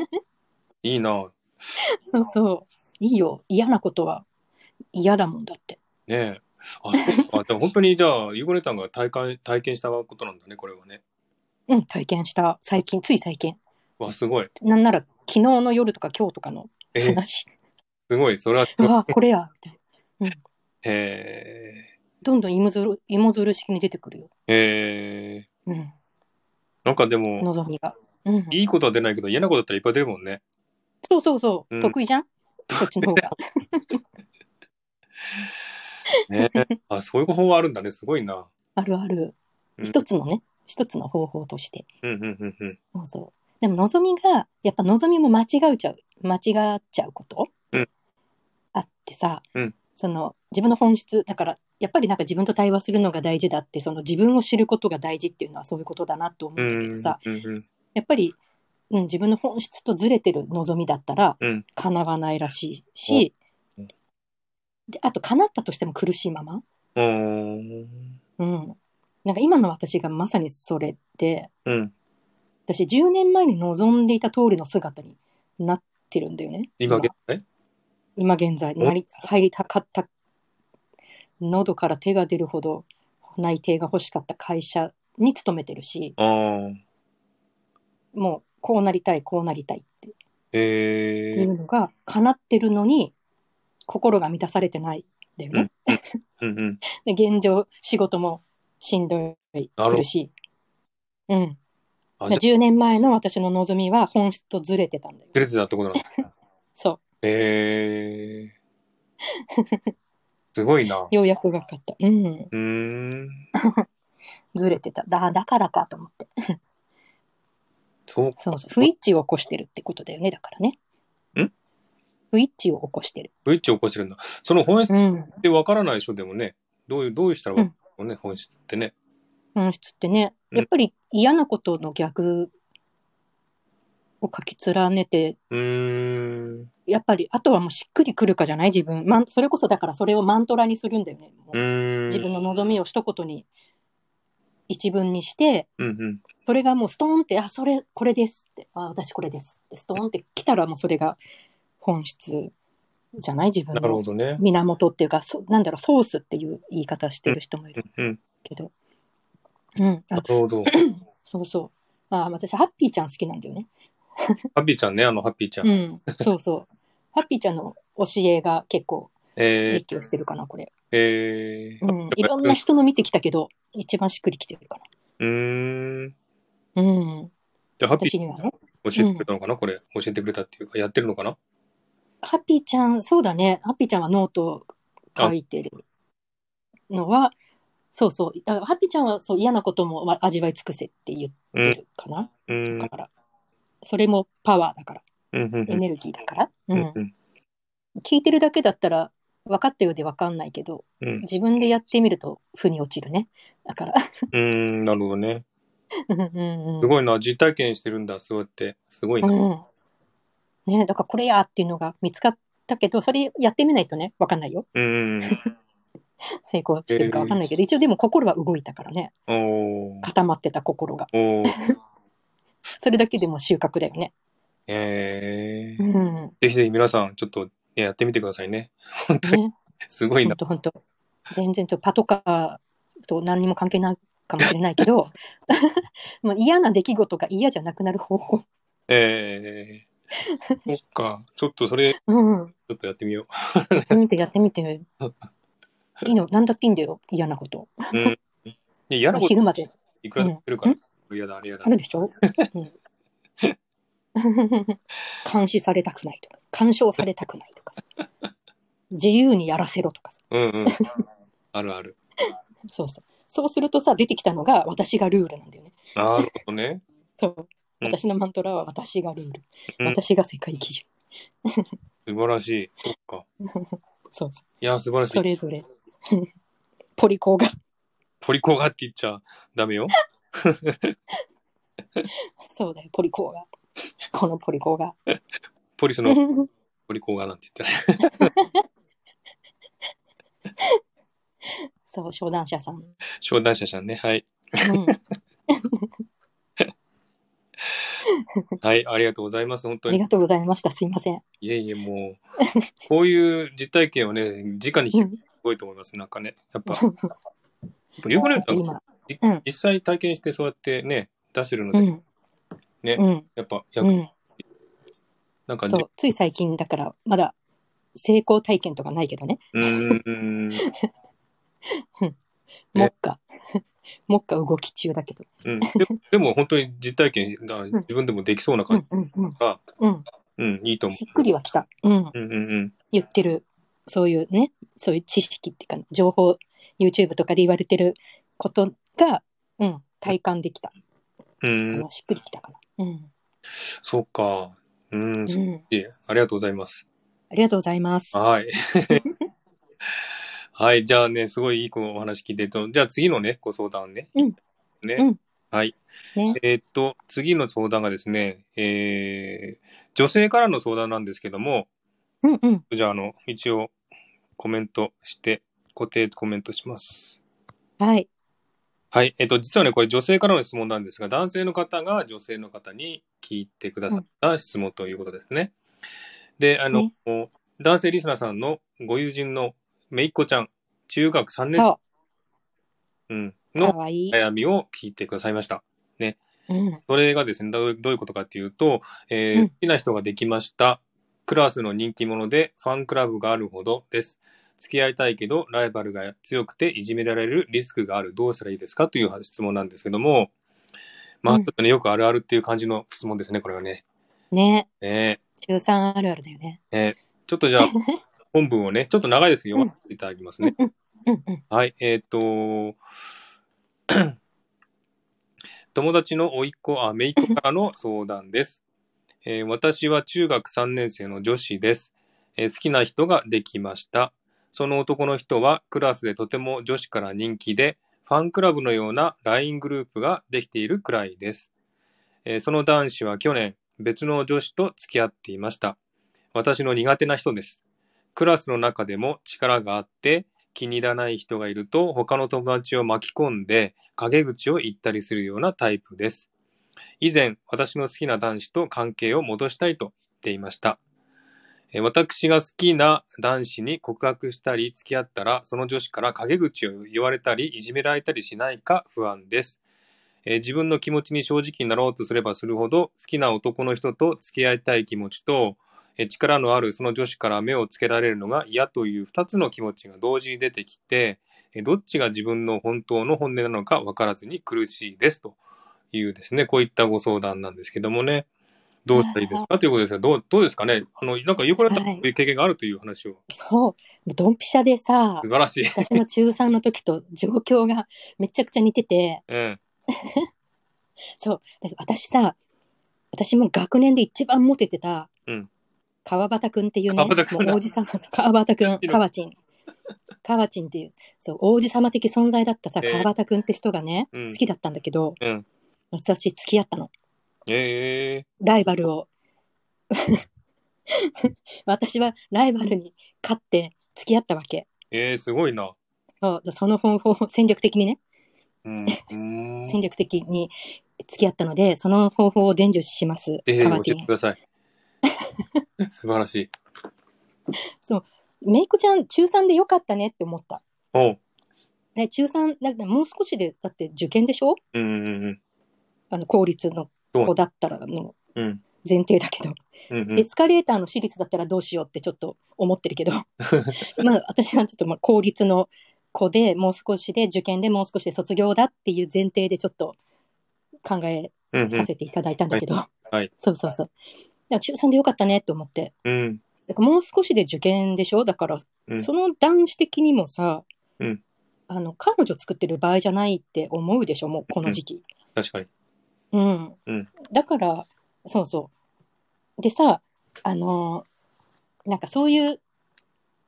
いいな
そうそう。いいよ。嫌なことは嫌だもんだって。
ねえ。あ、そうか。でも本当にじゃあ、ゆうごねたんが体感、体験したことなんだね、これはね。
うん、体験した。最近、つい最近。
わ、すごい。
なんなら、昨日の夜とか今日とかの
えー
話。
すごい。それは、
うわ、これや。みたいな。
え
どんどん芋づる芋づる式に出てくるよ。
ー、えー、
うん、
なんかでも、
望みが。うん、
いいことは出ないけど、嫌なことだったらいっぱい出るもんね。
そうそうそう、
うん
得意じゃん。こっちの方が。
ねえ あ、そういう方法あるんだね。すごいな。
あるある。
うん
一つのね、一つの方法として。
うんうんうんうん。
そうそう。でも望みが、やっぱ望みも間違うちゃう、間違っちゃうこと、
うん
あってさ、
うん
その自分の本質、だから、やっぱりなんか自分と対話するのが大事だって、その自分を知ることが大事っていうのはそういうことだなと思
う
うん
ん
だ
う
け
ん
どさ、
うんうん。
やっぱりうん、自分の本質とずれてる望みだったら
うん
叶わないらしいし、
うん
であと叶ったとしても苦しいまま、
うーん。
うん、なんか今の私がまさにそれで
うん。
私10年前に望んでいた通りの姿になってるんだよね
今現在
今現在
お
なり入りたかった喉から手が出るほど内定が欲しかった会社に勤めてるし
あー
もうこうなりたいこうなりたいって
え
い
ー
うのが叶ってるのに心が満たされてないんだよね。
うんうん。
で現状仕事もしんどい
なるほど
苦しい。うん、
あ、じゃあ、
10年前の私の望みは本質とずれてたんだよ。
ずれてたってことなんだ。
そ
えー。 すごいな。
うようやく分かった。うん
うーん。
ずれてただだからかと思って
そうか。
そうそう不一致を起こしてるってことだよねだからね。
ん
不一致を起こしてる。
ブイッチ起こしてるんだ。その本質
う
っ
ん、
てわからないでしょ、でもね。どういう、どういうしたらわかるのね、本質ってね。
本質ってね
うん
やっぱり嫌なことの逆を書き連ねて
うーん。
やっぱりあとはもうしっくりくるかじゃない自分、まん、それこそだからそれをマントラにするんだよねも
う
う
ーん。
自分の望みを一言に一文にして
うんうん。
それがもうストーンって「あそれこれです」って「あ私これです」ってストーンって来たらもうそれが本質じゃない自分
なるほ
の
どね。
源っていうかそなんだろうソースっていう言い方してる人もいる
うんうん。
けどうん
な
あ
るほど。
そうそうあ私ハッピーちゃん好きなんだよね
ハッピーちゃんね、あのハッピーちゃん。
うんそうそうハッピーちゃんの教えが結構
え
影響してるかなこれ
ー、えー、
うん、いろんな人の見てきたけど、一番しっくりきてるか
うーん。
な。うん、
じゃあ、ハッピ
私
ー
にはね。
教えてくれたのかな、これ。教えてくれたっていうか、やってるのかな
ハッピーちゃん、そうだね。ハッピーちゃんはノートを書いてるのは、そうそう。だからハッピーちゃんはそう嫌なこともわ味わい尽くせって言ってるかな。
うーん
だ。から、それもパワーだから、
うんうん
エネルギーだから。
う
うんん。
うん
聞いてるだけだったら、分かったようで分かんないけど、
うん
自分でやってみると、腑に落ちるね。だから、
うーん、なるほどね。
うんうんうん
すごいな、実体験してるんだ、そうやって。すごいな。
うん。ねだからこれやっていうのが見つかったけど、それやってみないとね、わかんないよ。
うーん。
成功してるかわかんないけど、一応でも心は動いたからね。
おー。
固まってた心が。
おー。
それだけでも収穫だよね。
え
う
ー。
ん。
ぜひぜひ皆さん、ちょっと、ね、やってみてくださいね。
ね、
すごい
ほ。
なん
とほんと。全然ちょっとパトカーと何にも関係ないかもしれないけど、 もう嫌な出来事が嫌じゃなくなる方法。
え ー。そっか。ちょっとそれ、
うん。
ちょっとやってみよ
見てやってみて。いいの、なんだっていいんだよ、嫌なこと。
う。うん。ね嫌なこと
昼まで
いくらでもやってるから。これ嫌だ、あれ嫌だ
あ。るでしょ、うん、 監視されたくないとか、干渉されたくないとかさ、自由にやらせろとかさ、
うんうん。 あるある。
そうそう。そうするとさ、出てきたのが私がルールなんだよね。
なるほどね。
そう。
うん
私のマントラは私がルール。
うん
私が世界基準。
素晴らしい。そっか。
そうそ
いや、素晴ら
う。
し
そ
い。
れぞれ。 ポリコが。
ポリコがって言っちゃダメよ。
そうだよ、ポリコが。このポリコが。
ポリスのポリコがなんて言ったら。
そう、商談 者さん。うん、
商談者さんね。はい。はい。ありがとうございます。本
あ
当
り
に。
がとうございました。すいません。
いえいえ、もう、こういう実体験をね、直に聞
う
く
ん
すごいと思います。なんかね。やっぱ、ゆうこねるさん
今。
実際体験してそうやってね、出してるの
う
で、
ん。
ね
うん。
やっぱ、やっぱ
うん。
なんか
そ
ね
う、つい最近だから、まだ成功体験とかないけどね、
うーん。ね
目下、 目下動き中だけど。
うん、ででも本当に実体験だ自分でもできそうな
う
感じ
んうんうん
だか
う
ら、
ん。
うん、いいと思う。
しっくりはきた。うん。
うんうんうん。
言ってる、そういうね、そういう知識っていうか、情報、YouTube とかで言われてることが、うん、体感できた。
うん、
しっくりきたかな。うん。
そうか。うん、
う
素晴
ん。
らしいありがとうございます。
ありがとうございます。は
はい。 はい、じゃあね、すごいいいお話聞いてと、じゃあ次のね、ご相談ね。
うん
ね、
うん
はい。
ね
えーっと、次の相談がですね、えー女性からの相談なんですけども、
うんうん。
じゃあ、あの、一応、コメントして、固定コメントします。
はい。
はい。えっと、実はね、これ女性からの質問なんですが、男性の方が女性の方に聞いてくださった質問ということですね。で、あの、男性リスナーさんのご友人のめいっ子ちゃん、中学3年生、
そ
うん、
う。か
の
わいい。
悩みを聞いてくださいました。
うん。
それがですね、どうどういうことかっていうと、えー
うん
好きな人ができました。クラスの人気者でファンクラブがあるほどです。付き合いたいけど、ライバルが強くていじめられるリスクがある。どうしたらいいですかという質問なんですけども、まあ、
う
ちょ
ん
っとね、よくあるあるっていう感じの質問ですね、これはね。
ね。
ね
中3あるあるだよね。
えねえちょっとじ ゃあ、本文をね、ちょっと長いですけど、
うん
読ませていただきますね。
うんうん。
はい、えーっ、と、 友達の甥っ子、あ、姪っ子からの相談です。えー私は中学3年生の女子です、えー好きな人ができました。その男の人はクラスでとても女子から人気で、ファンクラブのような LINE グループができているくらいです。えーその男子は去年、別の女子と付き合っていました。私の苦手な人です。クラスの中でも力があって、気に入らない人がいると他の友達を巻き込んで陰口を言ったりするようなタイプです。以前、私の好きな男子と関係を戻したいと言っていました。えー私が好きな男子に告白したり付き合ったらその女子から陰口を言われたりいじめられたりしないか不安です。えー自分の気持ちに正直になろうとすればするほど好きな男の人と付き合いたい気持ちとえー力のあるその女子から目をつけられるのが嫌という2つの気持ちが同時に出てきて、えーどっちが自分の本当の本音なのか分からずに苦しいですというですね、こういったご相談なんですけどもね、どうしたらいいですかということですが、どうどうですかねあの、なんか、ゆこらたこういう経験があるという話を、
そう。ドンピシャでさ
素、晴らしい。
私の中3の時と状況がめちゃくちゃ似てて、
うん。
そう。で私さ、私も学年で一番モテてた、
うん
川端くんっていうね、
川端くんだ
もう王子様、川端くん、
白い
川ちん。川ちんっていう、そう、王子様的存在だったさ、
えー
川端くんって人がね、
うん
好きだったんだけど、
うん
私付き合ったの。
ええ
ライバルを。 私はライバルに勝って付き合ったわけ。
ええすごいな。
そうその方法を戦略的にね、
うん。うん
戦略的に付き合ったので、その方法を伝授します。
ぜひ教
カバ
え
テ
て
ィ
ください。 素晴らしい。
メイコちゃん、中3でよかったねって思った。
おう。
ね、中3、だってもう少しで、だって受験でしょ
うんうんうん。
あの、公立の子だったらの
うん。
前提だけど、
うんうん
エスカレーターの私立だったらどうしようってちょっと思って るけど、まあ私はちょっとまあ公立の子でもう少しで受験でもう少しで卒業だっていう前提でちょっと考え
うんう
さ
ん
せていただいたんだけど、
はい。
そうそうそう。いや中3でよかったねって思って。
うん。
だからもう少しで受験でしょだから、
うん
その男子的にもさ、
うん
あの彼女作ってる場合じゃないって思うでしょもうこの時期。
確かに。
うん。
うん
だから、そうそう。でさ、あのーなんかそういう、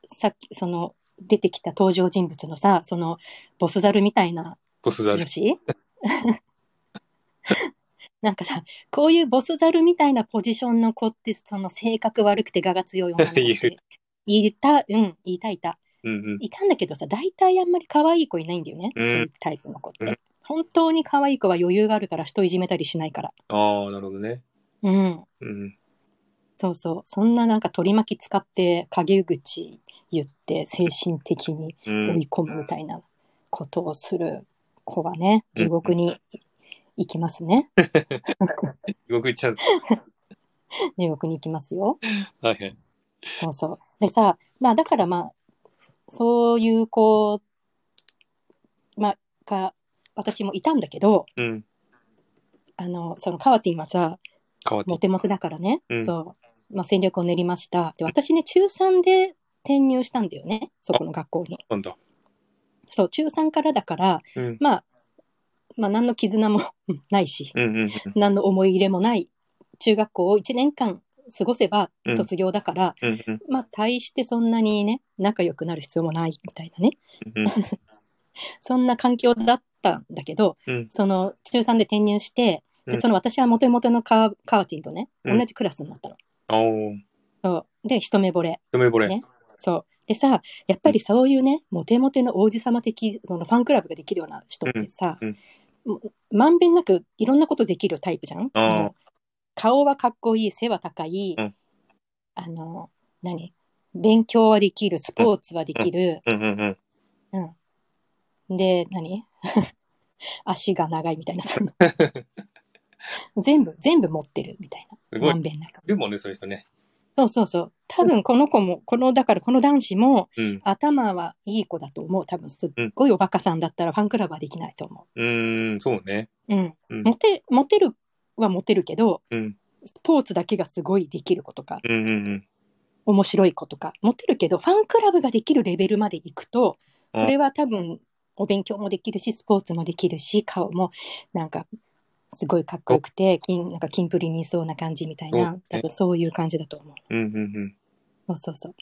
さっき、その、出てきた登場人物のさ、その、ボスザルみたいな
ボスザル
女。子 なんかさ、こういうボスザルみたいなポジションの子って、その性格悪くて我が強い 女の子っ
い
て
る
いた、うん、いたいた。
うんうん。
いたんだけどさ、大体あんまり可愛い子いないんだよね。
うん
そういうタイプの子っ
うん
て。本当に可愛い子は余裕があるから人いじめたりしないから。
ああ、なるほどね。
うん。
うん。
そうそう。そんななんか取り巻き使って陰口言って精神的に
う
追
ん。
い込むみたいなことをする子はね、地獄に行きま すね。
僕行っちゃうんです
地獄に行きますよ。
か。はいはい。
そうそう。でさ、まあだからまあ、そういう子、まあ、か、私もいたんだけど、
うん。
あの、そのカワティンはさ、
変わって
モ。テモテだからね、
うん
そう、まあ、戦略を練りました。で、私ね、中3で転入したんだよね、そこの学校に。
なんだ。
そう、中3からだから、
うん。
まあ、まあ、何の絆も ないし、
うんうん
何の思い入れもない中学校を1年間過ごせば
うん
卒業だから、
うん。うんうん
まあ、大してそんなにね、仲良くなる必要もないみたいなね、
うん。
そんな環境だっったんだけど、
うん
その中3で転入して、
う
で
ん
その私はもともとのカーカーティンとね、
うん
同じクラスになったの。
おー、
そうで、一目惚れ。
一目惚れ。
ねそう。でさ、やっぱりそういうね、モテモテの王子様的そのファンクラブができるような人ってさ、
うん
まんべんなくいろんなことできるタイプじゃん。
あー
あの顔はかっこいい、背は高い、
うん
あの、何勉強はできる、スポーツはできる、
うんうんうん。
で、何 足が長いみたい な。その全部、全部持ってるみたい
す
な。
ご
ま
い。
ん
い
べんなく。
るもんね、そういう人ね。
そうそうそう。多分この子も、この、だからこの男子も、
うん。
頭はいい子だと思う。多分すっごいおバカさんだったらファンクラブはできないと思
うーん、そうね。
う。うん。
うん
モテ、モテるはモテるけど、
うん。
スポーツだけがすごいできる子とか、
うんうんうん。
面白い子とか、モテるけど、ファンクラブができるレベルまで行くと、それは多分、お勉強もできるし、スポーツもできるし、顔もなんか、すごいかっこよくて、金、なんか金プリにいそうな感じみたい
そう
な
ね、
多分そういう感じだと思う。
うんうんうん。
そうそうそう。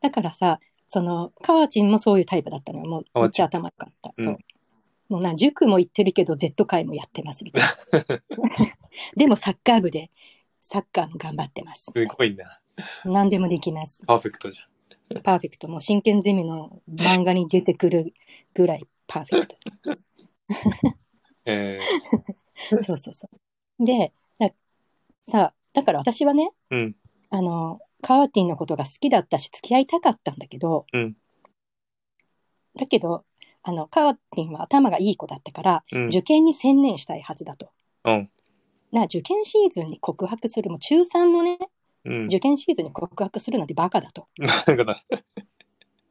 だからさ、その、カーチンもそういうタイプだったのよ。もう、
川
めっ
内
ちゃ頭良かった。
うん
そう。もうな、塾も行ってるけど、Z 会もやってます、みたい な。でも、サッカー部で、サッカーも頑張ってます。
すごいな。
何でもできます。
パーフェクトじ
パーフェクト。もう、真剣ゼミの漫画に出てくるぐらい、パーフェクト。
ゃん。え
そうそうそう。で、ださ、だから私はね、
ー、うん。
あの、カーティンのことが好きだったし、付き合いたかったんだけど、
うん
だけど、あの、カーティンは頭がいい子だったから、
うん。
受験に専念したいはずだと。
うん。
な受験シーズンに告白する、もう中3のね、
うん。
受験シーズンに告白するなんてバカだと。
なんかだ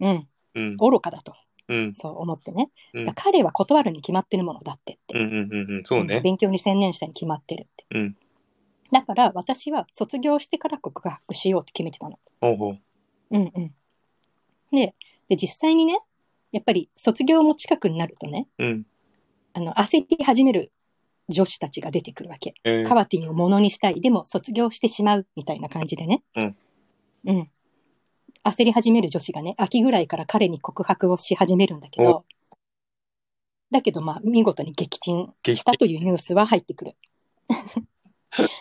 うん、
うん。
愚かだと、
うん。
そう思ってね。
うん
いや彼は断るに決まってるものだってって。
うんうんうんうん。そうね。
勉強に専念したいに決まってるって。
うん。
だから私は卒業してから告白しようって決めてたの。
ほうほう。
うんうん。で、で実際にね、やっぱり卒業も近くになるとね、
うん。
あの焦り始める女子たちが出てくるわけ。
え
カ
ー、
ワティンをものにしたい、でも卒業してしまうみたいな感じでね。
うん。
うん。焦り始める女子がね、秋ぐらいから彼に告白をし始めるんだけど、だけどまあ見事に撃沈
激
したというニュースは入ってくる。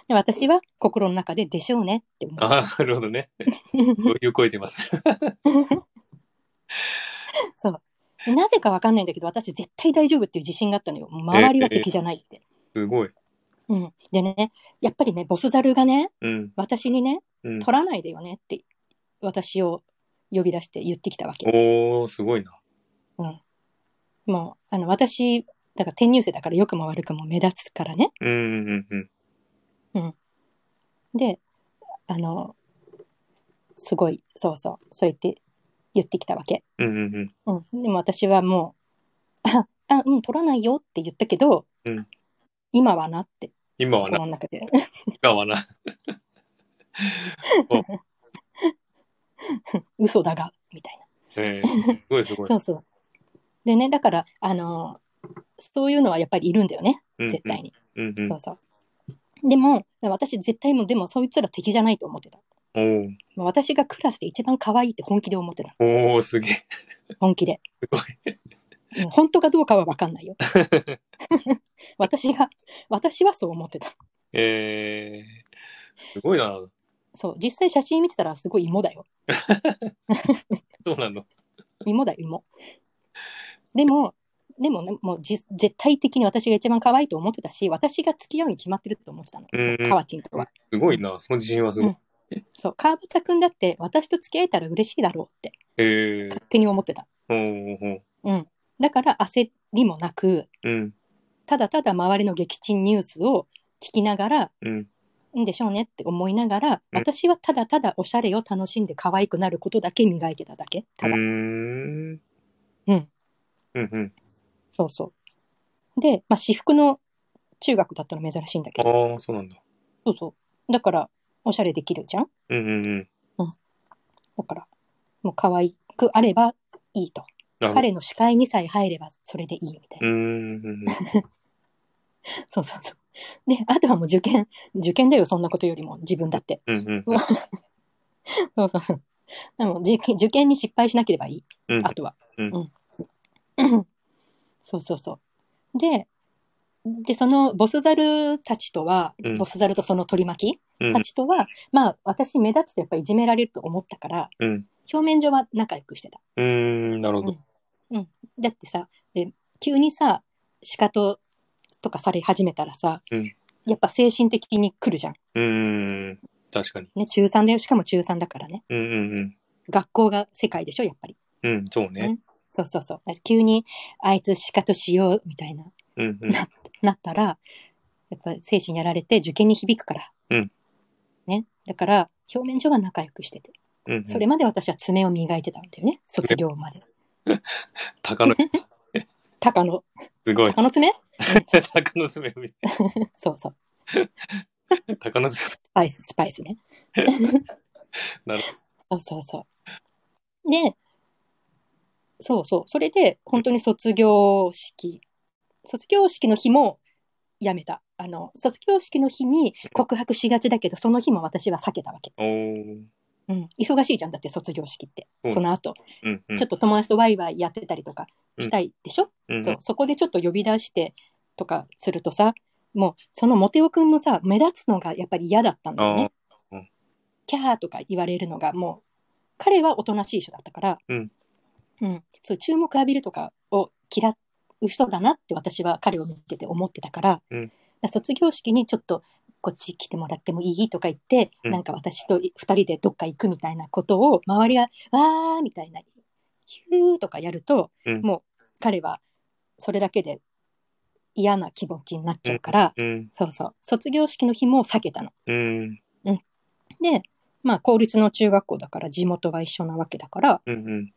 で私は心の中ででしょうねって思う。
ああ、なるほどね。余裕超えてます。
そう。でなぜかわかんないんだけど、私絶対大丈夫っていう自信があったのよ。もう周りは敵じゃないって。
すごい。
うん。でね、やっぱりね、ボスザルがね、
うん。
私にね、
うん。
取らないでよねって、私を呼び出して言ってきたわけ。
おー、すごいな。
もう、あの、私、だから転入生だから良くも悪くも目立つからね。
うんうんうん
で、あの、すごい、そうそう、そう言って言ってきたわけ。
うん。うんうんうん。
うん、でも私はもう、 あ、あうん、取らないよって言ったけど、
うん
今はなって、
今は
心
な、
の中で。
今はな。
嘘だが、みたい
えー、すごいすご
な。
い。
そうそう。でね、だから、あのーそういうのはやっぱりいるんだよね、絶対に。
うんうん。うんう
そ
ん
うそう。でも、私絶対もう、でもそいつら敵じゃないと思ってた。
おー
もう私がクラスで一番可愛いって本気で思ってた。
おー、すげえ。
本気 で。
すごい。
うん本当かどうかは分か んないよ。私が、私はそう思ってた。
えー、すごいな。
そう、実際写真見てたらすごい芋だよ。
そうなの。
芋だよ、芋。でも、でもね、もうじ絶対的に私が一番可愛いと思ってたし、私が付き合うに決まってると思ってたの。
うんうん
カワティンとは。
すごいな。その自信はすごい。
うんそう、川端くんだって私と付き合えたら嬉しいだろうって
えー、
勝手に思ってた。
おーおー
うん。だから焦りもなく、
うん
ただただ周りの撃沈ニュースを聞きながら、
うん。
んでしょうねって思いながら、
うん
私はただただおしゃれを楽しんで可愛くなることだけ磨いてただけ。
う
た
ー
だ。
ん。
うん。
うんうん。
そうそう。で、まあ、私服の中学だったの珍しいんだけど、
ああ、そうなんだ。
そうそう。だから、おしゃれできるじゃん
うんうんうん。
だから、もう可愛くあればいいと。
なるほど
彼の視界にさえ入ればそれでいいみたいうな。
ーんうんうん。
そうそうそう。で、あとはもう受験、受験だよ、そんなことよりも、自分だって。
うんうん
うわそうそうそう。でも受験、受験に失敗しなければいい、
うん。
あとは。
うん
うん そうそうそう。で、で、そのボスザルたちとは、
うん
ボスザルとその取り巻
う
き
ん
たちとは、まあ、私目立つとやっぱいじめられると思ったから、
うん。
表面上は仲良くしてた。
うーん、なるほど。
だってさ、で急にさ、仕方とかされ始めたらさ、
うん
やっぱ精神的に来るじゃん。
うーん、確かに。
ね、中3で、しかも中3だからね。
うんうん
学校が世界でしょ、やっぱり。
うん。うん、そうね。
そうそうそう。急に、あいつ仕方しようみたいな、
うんうん。
なったら、やっぱり精神やられて受験に響くから。
うん
ね。だから、表面上は仲良くしてて。
うんうん、
それまで私は爪を磨いてたんだよね。卒業まで。
鷹の、
鷹の、
すごい。
鷹の爪
鷹の爪みた
そうそう。
い。鷹の爪。
スパイス、スパイスね。
なる
そうそうそう。で、そうそう。それで、本当に卒業式、卒業式の日もやめた。あの、卒業式の日に告白しがちだけど、その日も私は避けたわけ。
おー。
うん。忙しいじゃん。だって卒業式って
う。ん
その後、
うんうん。
ちょっと友達とワイワイやってたりとかしたいでしょ、
うんうん
そう。そこでちょっと呼び出してとかするとさ、もう、そのモテオくんもさ、目立つのがやっぱり嫌だったんだよね。
あ
キャーとか言われるのがもう彼はおとなしい人だったから、
うん
うんそう注目浴びるとかを嫌う人だなって私は彼を見てて思ってたから,、
うん
だから卒業式にちょっとこっち来てもらってもいいとか言って、
うん
なんか私と2人でどっか行くみたいなことを周りが「わー」みたいな「ヒュー」とかやると、
うん
もう彼はそれだけで嫌な気持ちになっちゃうから、
うん
そうそう卒業式の日も避けたの。
うん
で、まあ、公立の中学校だから地元が一緒なわけだから、
うんうん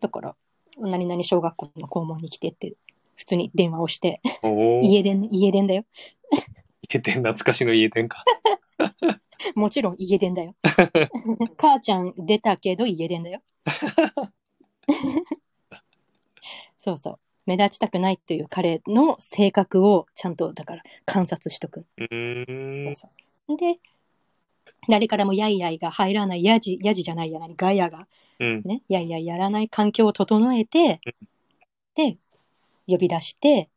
だから、何々小学校の校門に来てって、普通に電話をして、
おー。
家電、家電だよ。
家電、懐かしの家電か。
もちろん家電だ よ。母ちゃん出たけど家電だよ。そうそう。目立ちたくないっていう彼の性格をちゃんと、だから観察しとく。
うーん。
で、誰からもやいやいが入らない、やじ、やじじゃないやなに、ガヤが
うん
ね、いやいややらない環境を整えて、で、呼び出して、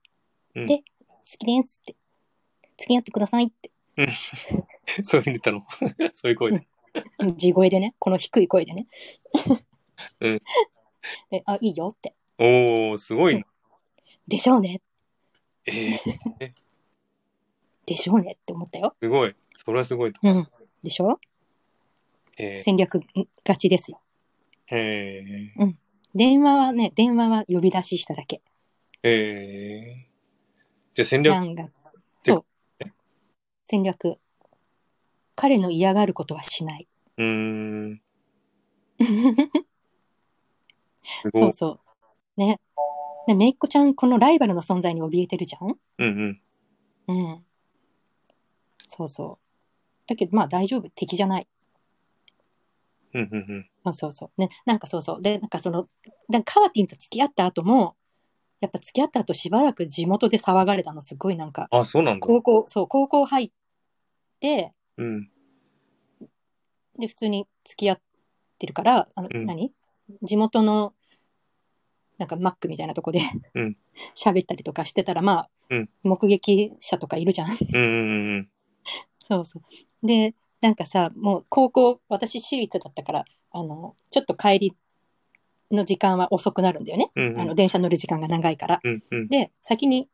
うん
で、好きですって、付き合ってくださいって、
そう言ったの。 そういう声で。
地声でね、この低い声でね。
うん
であ、いいよって、
おー、すごいな。
でしょうね、
えー、
でしょうねって思ったよ。
すごい。それはすごいと。
うん、でしょ
え
戦略勝ちですよ。
ー、え
電話はね、電話は呼び出ししただけ。
ー、えー。じゃあ戦
な
略、
んが、そう。戦略。彼の嫌がることはしない。
うーん。す
そ。
ごいう
そう。ね。で、めいっ子ちゃん、このライバルの存在に怯えてるじゃん
うんうん。
うん。そうそう。だけど、まあ大丈夫。敵じゃない。
うんうんうん。
そうそうそう。ね。なんかそうそう。で、なんかその、でカワティンと付き合った後も、やっぱ付き合った後しばらく地元で騒がれたの、すごいなんか、
あ、そうなんだ。
高校、そう、高校入って、
うん。
で、普通に付き合ってるから、あの、
うん
何地元の、なんかマックみたいなとこで
うん、
喋ったりとかしてたら、まあ、
うん
目撃者とかいるじゃん。
うんうんうん
そうそう。で、なんかさ、もう高校、私私立だったから、あの、ちょっと帰りの時間は遅くなるんだよね。
うん。うん
あ
う
の、
ん。
電車乗る時間が長いから。
うんうん
で、先に、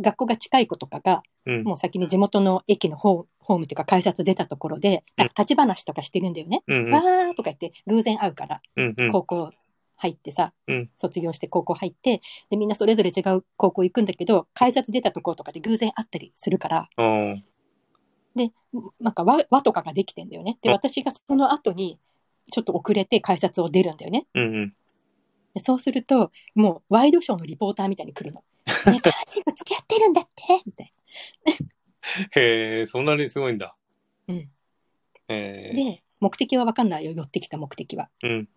学校が近い子とかが、
うん。
もう先に地元の駅のホーホームというか改札出たところで、なんか立ち話とかしてるんだよね。
うんうん
わーとか言って、偶然会うから、
うんうん。
高校入ってさ、
うん
卒業して高校入って、で、みんなそれぞれ違う高校行くんだけど、改札出たところとかで偶然会ったりするから、
あー
で、なんか輪輪とかができてんだよね。で、
うん
私がその後に、ちょっと遅れて改札を出るんだよね。
うんうん。
でそうすると、もうワイドショーのリポーターみたいに 来るの。ね、カーチンと付き合ってるんだってみたい
へえ、そんなにすごいんだ。
な。うん。
えー、
で、目的は分かんないよ、寄ってきた目的は。
うん。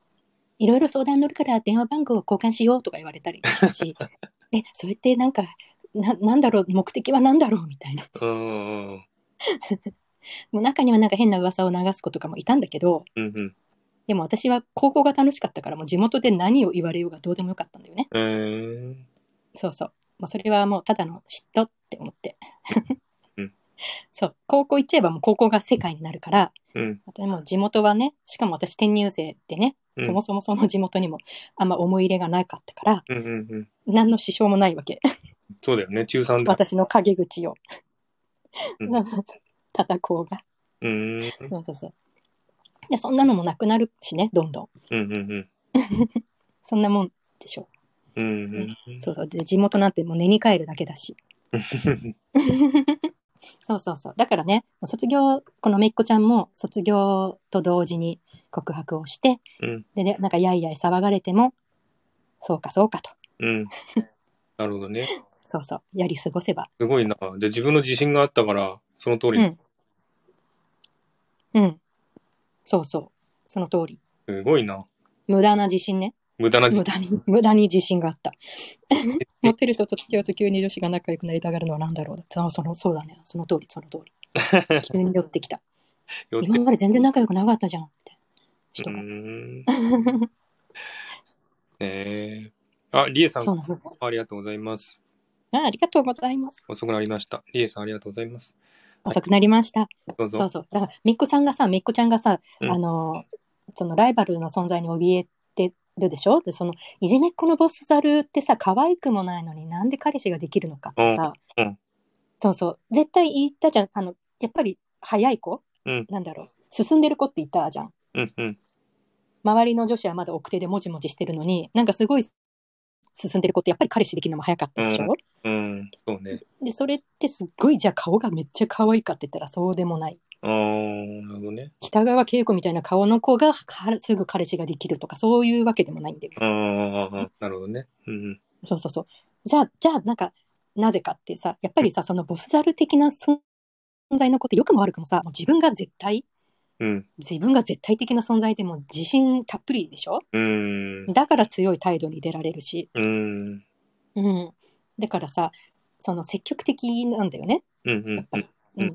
いろいろ相談乗るから電話番号を交換しようとか言われたりしたし、 で、それってなんか、ななんだろう、目的は何だろうみたいな。
うんうん
もう中にはなんか変な噂を流す子とかもいたんだけど、
うんうん。
でも私は高校が楽しかったから、もう地元で何を言われようがどうでもよかったんだよね。
えー、
そうそう。もうそれはもうただの嫉妬って思って、
うん
そう高校行っちゃえばもう高校が世界になるから
うん。
でも地元はねしかも私転入生でね、
うん
そもそもその地元にもあんま思い入れがなかったから
うんうんうん。
何の支障もないわけ
そうだよね。中3だ。
私の陰口を
うん
叩こうが
うーん。
そうそうそうでそんなのもなくなるしねどんどん
うんうんうん。
そんなもんでしょ
うんうんうん。
そうそうで地元なんてもう根に帰るだけだし そうそうそうだからねもう卒業このめいっ子ちゃんも卒業と同時に告白をして
うん
でねなんかやいやい騒がれてもそうかそうかと
うん。なるほどね。
そうそうやり過ごせば
すごいな。じゃあ自分の自信があったから、その通り。
うんうんそうそうその通り
すごいな。
無駄な自信ね
無駄な自
無
信。
駄に無駄に自信があった モテる人と付き合うと急に女子が仲良くなりたがるのは何だろうそうそのそうだねその通りその通 り急に寄ってきた
よって
今まで全然仲良くなかったじゃんって
う
人
ー
が、
ん。ええあ、りえさん
そ、うなの
ありがとうございます。
あありがとうございます
遅くなりました。りえさん、ありがとうございます。
遅くなりました
どうぞ。
そうそうだからみっこさんがさみっこちゃんがさ、
うん
あのそのライバルの存在に怯えてるでしょでそのいじめっ子のボスザルってさ可愛くもないのになんで彼氏ができるのかってさ、
うんうん
そうそう絶対言ったじゃんあのやっぱり早い子、
うん
なんだろう進んでる子って言ったじゃん
うんうん。
周りの女子はまだ奥手でもじもじしてるのになんかすごい進んでる子ってやっぱり彼氏できるのも早かったでしょ、
うん、そうね。
でそれってすっごいじゃあ顔がめっちゃ可愛いかって言ったらそうでもない
あー、なるほどね。
北川景子みたいな顔の子がかすぐ彼氏ができるとかそういうわけでもないんだよ。
あー、なるほどね。うん
そうそうそう。じゃあ、じゃあなんか、なぜかってさ、やっぱりさ、そのボスザル的な存在の子ってよくも悪くもさ、もう自分が絶対、
うん。
自分が絶対的な存在でもう自信たっぷりでしょ
うん。
だから強い態度に出られるし、
うん。うん。
うん。だからさ、その積極的なんだよね。
うん。うん。うん。
うん
うん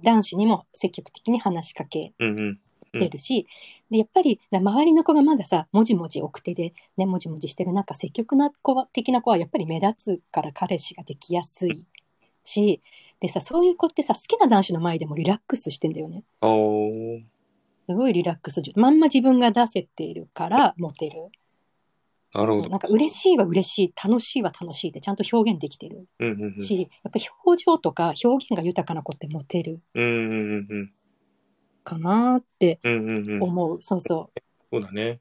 男子にも積極的に話しかけ
うん。
出るし、でやっぱりな周りの子がまださもじもじ奥手でねもじもじしてる中積極な子は的な子はやっぱり目立つから彼氏ができやすいしでさそういう子ってさ好きな男子の前でもリラックスしてんだよね
おー。
すごいリラックスじまんま自分が出せているからモテる
なるほど。
なんか嬉しいは嬉しい楽しいは楽しいってちゃんと表現できてる
うん。うん。
し、やっぱり表情とか表現が豊かな子ってモテる
うん。うん。うん。
かなって
うん。うん。うん。
思う、そうそう
そうだね。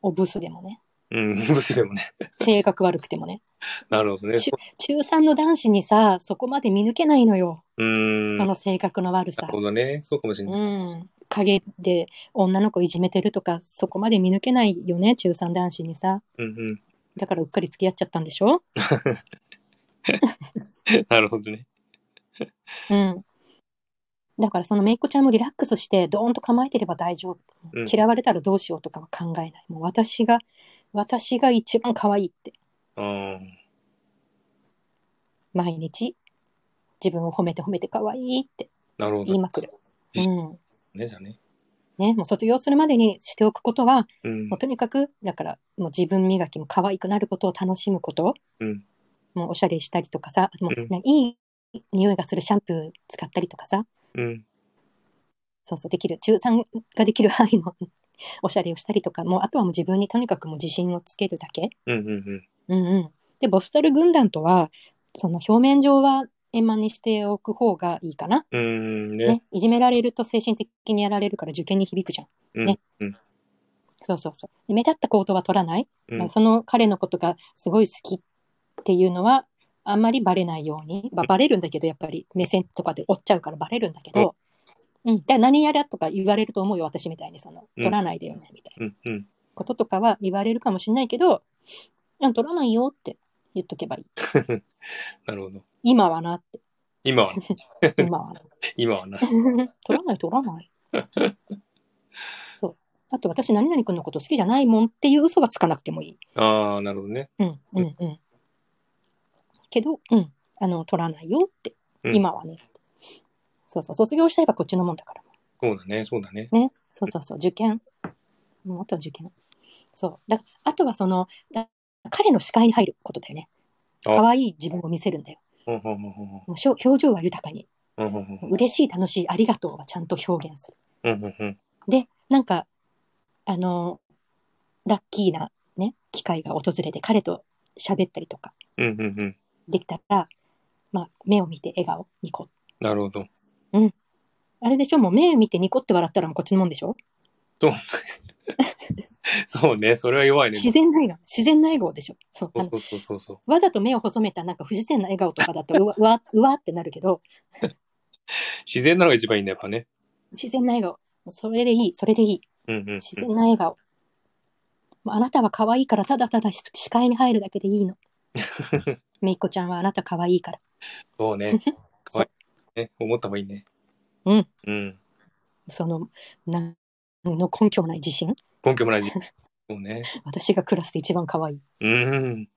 おブスでもね
うん。 ブスでもね。
性格悪くてもね
なるほどね。
中3の男子にさそこまで見抜けないのよ、
うん。
そ
な
の性格の悪さ
る、ほどね。そうかもしれ
う
ない。
ん、陰で女の子いじめてるとかそこまで見抜けないよね中3男子にさ
うん。うん。
だからうっかり付き合っちゃったんでしょ、
なるほどね。
うん、だからそのめいっ子ちゃんもリラックスしてドーンと構えてれば大丈夫
うん
嫌われたらどうしようとかは考えないもう私が私が一番可愛いって
あー。
毎日自分を褒めて褒めて可愛いって
なるほ
言い
ど
まくる、うん
ね。じゃあね。
ね、もう卒業するまでにしておくことは
うん
もう。とにかくだからもう自分磨きも可愛くなることを楽しむこと
うん。
もうおしゃれしたりとかさもう
うん
な、いい匂いがするシャンプー使ったりとかさ
うん。
そうそうできる中3ができる範囲のおしゃれをしたりとかもうあとはもう自分にとにかくもう自信をつけるだけ、
うん。うん。
うんうん、でボスザル軍団とはその表面上は円満にしておく方がいいかな、
うん。ね。
ね、いじめられると精神的にやられるから受験に響くじゃん
うん。うん。
そうそうそうで目立った行動は取らない
うん
まあ。その彼のことがすごい好きっていうのはあんまりバレないように、まあ、バレるんだけどやっぱり目線とかで追っちゃうからバレるんだけど、うん、だから何やらとか言われると思うよ私みたいにその
うん
取らないでよねみたいな
うん。うん。
こととかは言われるかもしれないけどいや取らないよって言っとけばいい
なるほど。
今はなっ
今は、
て 今はな
今はな。
取らない取らないそうあと私何々君のこと好きじゃないもんっていう嘘はつかなくてもいい
ああ、なるほどね。
うんうんうん。けど、うん、あの、取らないよって、
うん
今はね。そうそう、卒業しちゃえばこっちのもんだから。
そうだね、そうだね。
ね。そうそうそう、受験。うん、あとは受験。そう。だあとはその、だ彼の視界に入ることだよね。
あ
可愛い自分を見せるんだよ。
うんうんうん
もう表表情は豊かに。
うんうんうん
嬉しい、楽しい、ありがとうはちゃんと表現する。
うんうんうん
で、なんか、あの、ラッキーなね、機会が訪れて、彼と喋ったりとか
うんうんうん
できたら、まあ、目を見て笑顔、ニコ。
なるほど。
あれでしょもう目見てニコって笑ったらもうこっちのもんでしょ
そうそうね、それは弱いね。
自然な笑顔、自然な笑顔でしょそう。あの
そうそうそうそう。
わざと目を細めたなんか不自然な笑顔と かだとうわ、うわ、うわってなるけど、
自然なのが一番いいんだ、やっぱね。
自然な笑顔。それでいい、それでいい。
うんうんうん
自然な笑顔。もうあなたは可愛いからただただ視視界に入るだけで いいの。めいっ子ちゃんはあなた可愛いから。
そう ね。かわいいね。思った方がいいね。
うん。
うん。
その、なんの根拠もない自信。
根拠もないじ。そうね。
私がクラスで一番可愛い。
うん。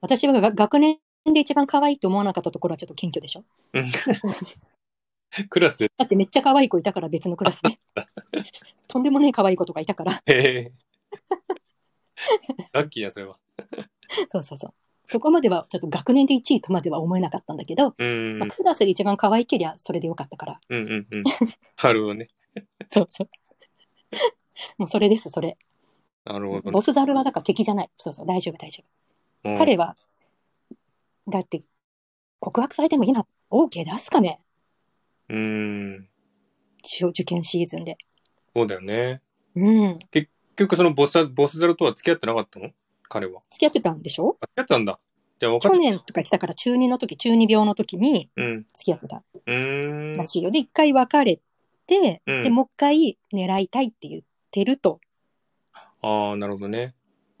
私はが学年で一番可愛いと思わなかったところはちょっと謙虚でしょ
クラスで。
だってめっちゃ可愛い子いたから別のクラ スで。とんでもねえ可愛い子とかいたから。
へー ラッキーや、それは。
そうそうそう。そこまではちょっと学年で1位とまでは思えなかったんだけど、
うん
まあ、。クラスで一番可愛けりゃそれでよかったから。
うんうんうん。なるほどね。
そうそう。もうそれです、それ。
なるほどね
ボ。スザルはだから敵じゃない。そうそう、大丈夫、大丈
うん
夫。彼は、だって、告白されてもいいな、OK 出すかね
うん。
一応受験シーズンで。
そうだよね。
うん。
結局、そのボス、ボスゼロとは付き合ってなかったの彼は。
付き合ってたんでしょ
あ付き合ったんだ。じゃあ分か
去
って。
年とか来たから中2の時、中2病の時に
うん。
付き合ってた
うーん
ら。しいよ。で、一回別れて、
うん
で、もう一回狙いたいって言ってると。
ああ、なるほどね。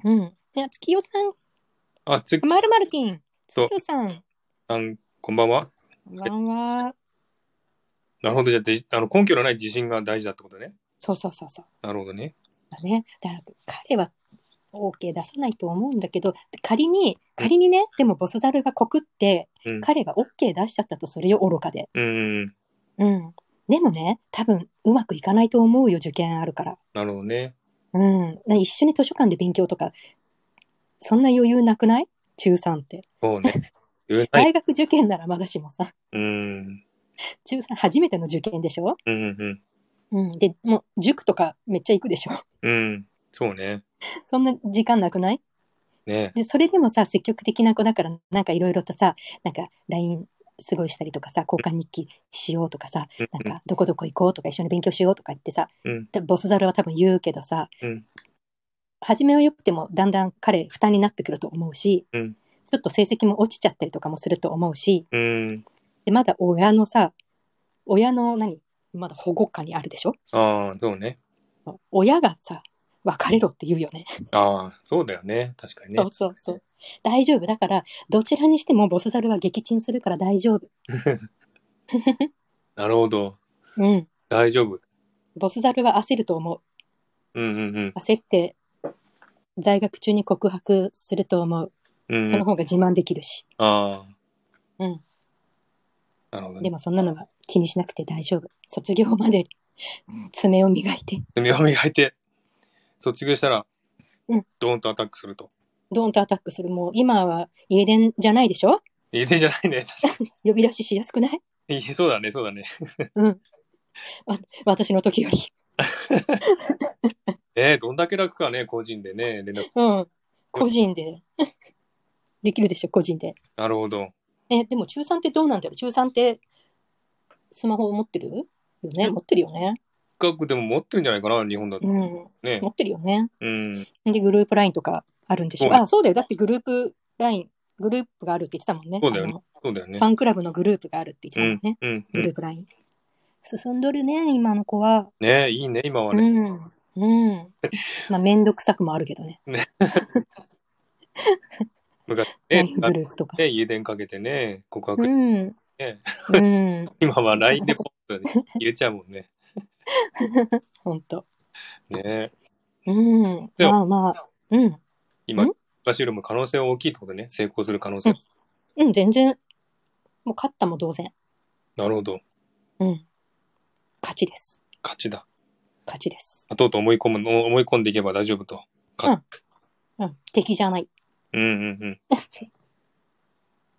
うん。で、月夜さん
あ、つき
マルマルティン、
そう
月夜さん、
さん、こんばんは。
こんばんは。
なるほど。じゃあで、あの根拠のない自信が大事だってことね。
そうそうそうそう。
なるほどね。
だね、だから彼は OK 出さないと思うんだけど、仮に、仮にね、でもボスザルが告って、
うん。
彼が OK 出しちゃったとするよ、愚かで。
うん。
うん。でもね、多分うまくいかないと思うよ、受験あるから。
なるほどね。
うん。一緒に図書館で勉強とか、そんな余裕なくない中3って。
そうね。言えない。
大学受験ならまだしもさ、
うん。
中3初めての受験でしょ
うん。うん
うん。で、もう塾とかめっちゃ行くでしょ
うん。うん。そうね。
そんな時間なくない
ね。
でそれでもさ積極的な子だからなんかいろいろとさなんか LINE すごいしたりとかさ交換日記しようとかさ
うん
なんかどこどこ行こうとか一緒に勉強しようとか言ってさ、
うん
でボスザルは多分言うけどさ、
うん
初めはよくてもだんだん彼負担になってくると思うし、
うん
ちょっと成績も落ちちゃったりとかもすると思うし
うん。
でまだ親のさ親の何まだ保護下にあるでしょ
ああ、そうね。
親がさ別れろって言うよね
ああ、そうだよね。確かにね
そう。そうそう。大丈夫。だから、どちらにしてもボスザルは撃沈するから大丈夫。
なるほど。
うん。
大丈夫。
ボスザルは焦ると思
うんうん
う。焦って、在学中に告白すると思う。
うん。うん
その方が自慢できるし。
ああ。
うん。
なるほど
で
ね。
も、そんなのは気にしなくて大丈夫。卒業まで爪を磨いて、
爪を磨いて、卒業したら
うん、
ドーンとアタックすると。
ドーンとアタックする。もう、今は家電じゃないでしょ
言えてんじゃないね。確か
呼び出ししやすくない
に。 言えそうだね、そうだね。
うん。わ私の時より。
えー、どんだけ楽かね、個人でね、連絡。
うん。個人で。 できるでしょ、個人で。
なるほど。
え、でも中3ってどうなんだろう中3ってスマホ持ってるよね持ってるよね。
学でも持ってるんじゃないかな、日本だと
う。ん。
ね。
持ってるよね。
うん。
で、グループ LINE とかあるんでし
そう
ょ
ね
あ、そうだよ。だってグループ LINE、グループがあるって言ってたもんね。
そうだよね
あの
そうだよね
フ。ァンクラブのグループがあるって言って
う
たもん
ん
ね。。
うん。う
グル
ん
ープ LINE。進んどるね、今の子は。
ねいいね、今は
う
ね。
ん。うん。まあ、めんどくさくもあるけどね。
昔ね、
グループとか。
ね家電かけてね、告
う
白。
ん。
ね
うん。
今は LINE でポッとね言えちゃうもんね。
ほんと。
ね
うん。
でも
まあまあ。うん。
今
ん、
昔よりも可能性は大きいってことね。成功する可能性。
うんうん、全然。もう勝ったも同然。
なるほど。
うん。勝ちです。
勝ちだ。
勝ちです。
勝とうと思い込むの、思い込んでいけば大丈夫と。
うん。敵じゃない。
うんうんうん。素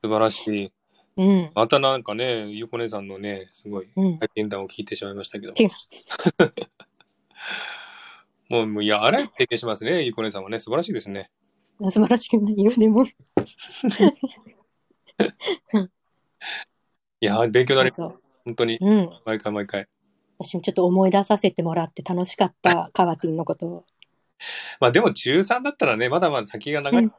晴らしい。
うん。
またなんかね、ゆうこ姉さんのね、すごい
うん。
体験談を聞いてしまいましたけど
ていう。
もう、もういや、あらゆる経験しますね、ゆうこ姉さんはね。素晴らしいですね。
素晴らしくないよ、でも。
いや、勉強になります。
そう
本当に。
そう。うん。
毎回毎回。
私もちょっと思い出させてもらって楽しかった、カワティンのことを。
まあでも中3だったらね、まだまだ先が長い。
うん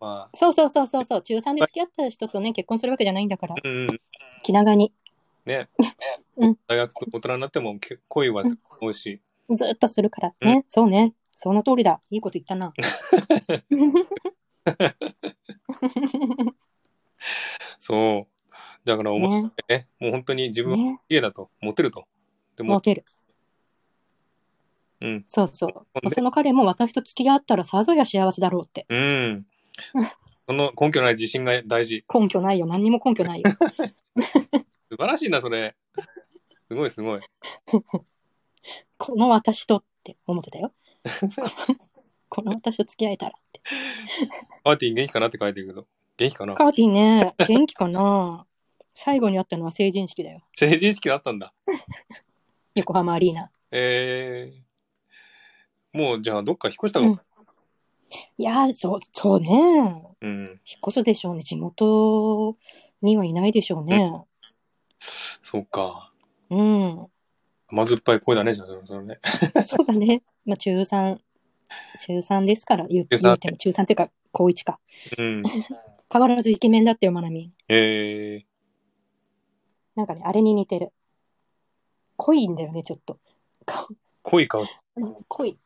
まあ、
そうそうそうそうそう。中3で付き合った人とね、結婚するわけじゃないんだから、
うんうん。
気長に
ね。
うん
大学と大人になっても結構恋は多いし、
ずっとするから。ね、そうね。その通りだ。いいこと言っ たな。
そう。だから思っ
ね、
てね、もう本当に自分は
ね、
綺麗だと、モテると。で
モ
も、
テる。
うん。
そうそ
ね
う。その彼も私と付き合ったらさぞや幸せだろうって。
うん。その根拠のない自信が大事。
根拠ないよ。何にも根 拠ないよ。
素晴らしいな、それ。すごいすごい。
この私とって思って たよ。この私と付き合えたらって。
パーティー元気かなって書いてるけど。元気かな
カーティね、元気かな最後に会ったのは成人式だよ。
成人式だったんだ。
横浜アリーナ。
えー、もうじゃあどっか引っ越したのか、
いやー、そう、そうね。
うん、
引っ越すでしょうね。地元にはいないでしょうね。
そうか。
うん。
甘酸っぱい声だね、じゃあそれそれね。
そうだね。まあ、中3、中3ですから、言う
中三
言うても、中3っていうか、高1か。
うん。
変わらずイケメンだったよ、まなみん。
え
なんかね、あれに似てる。濃いんだよね、ちょっと。顔
ー、濃い顔。
濃い。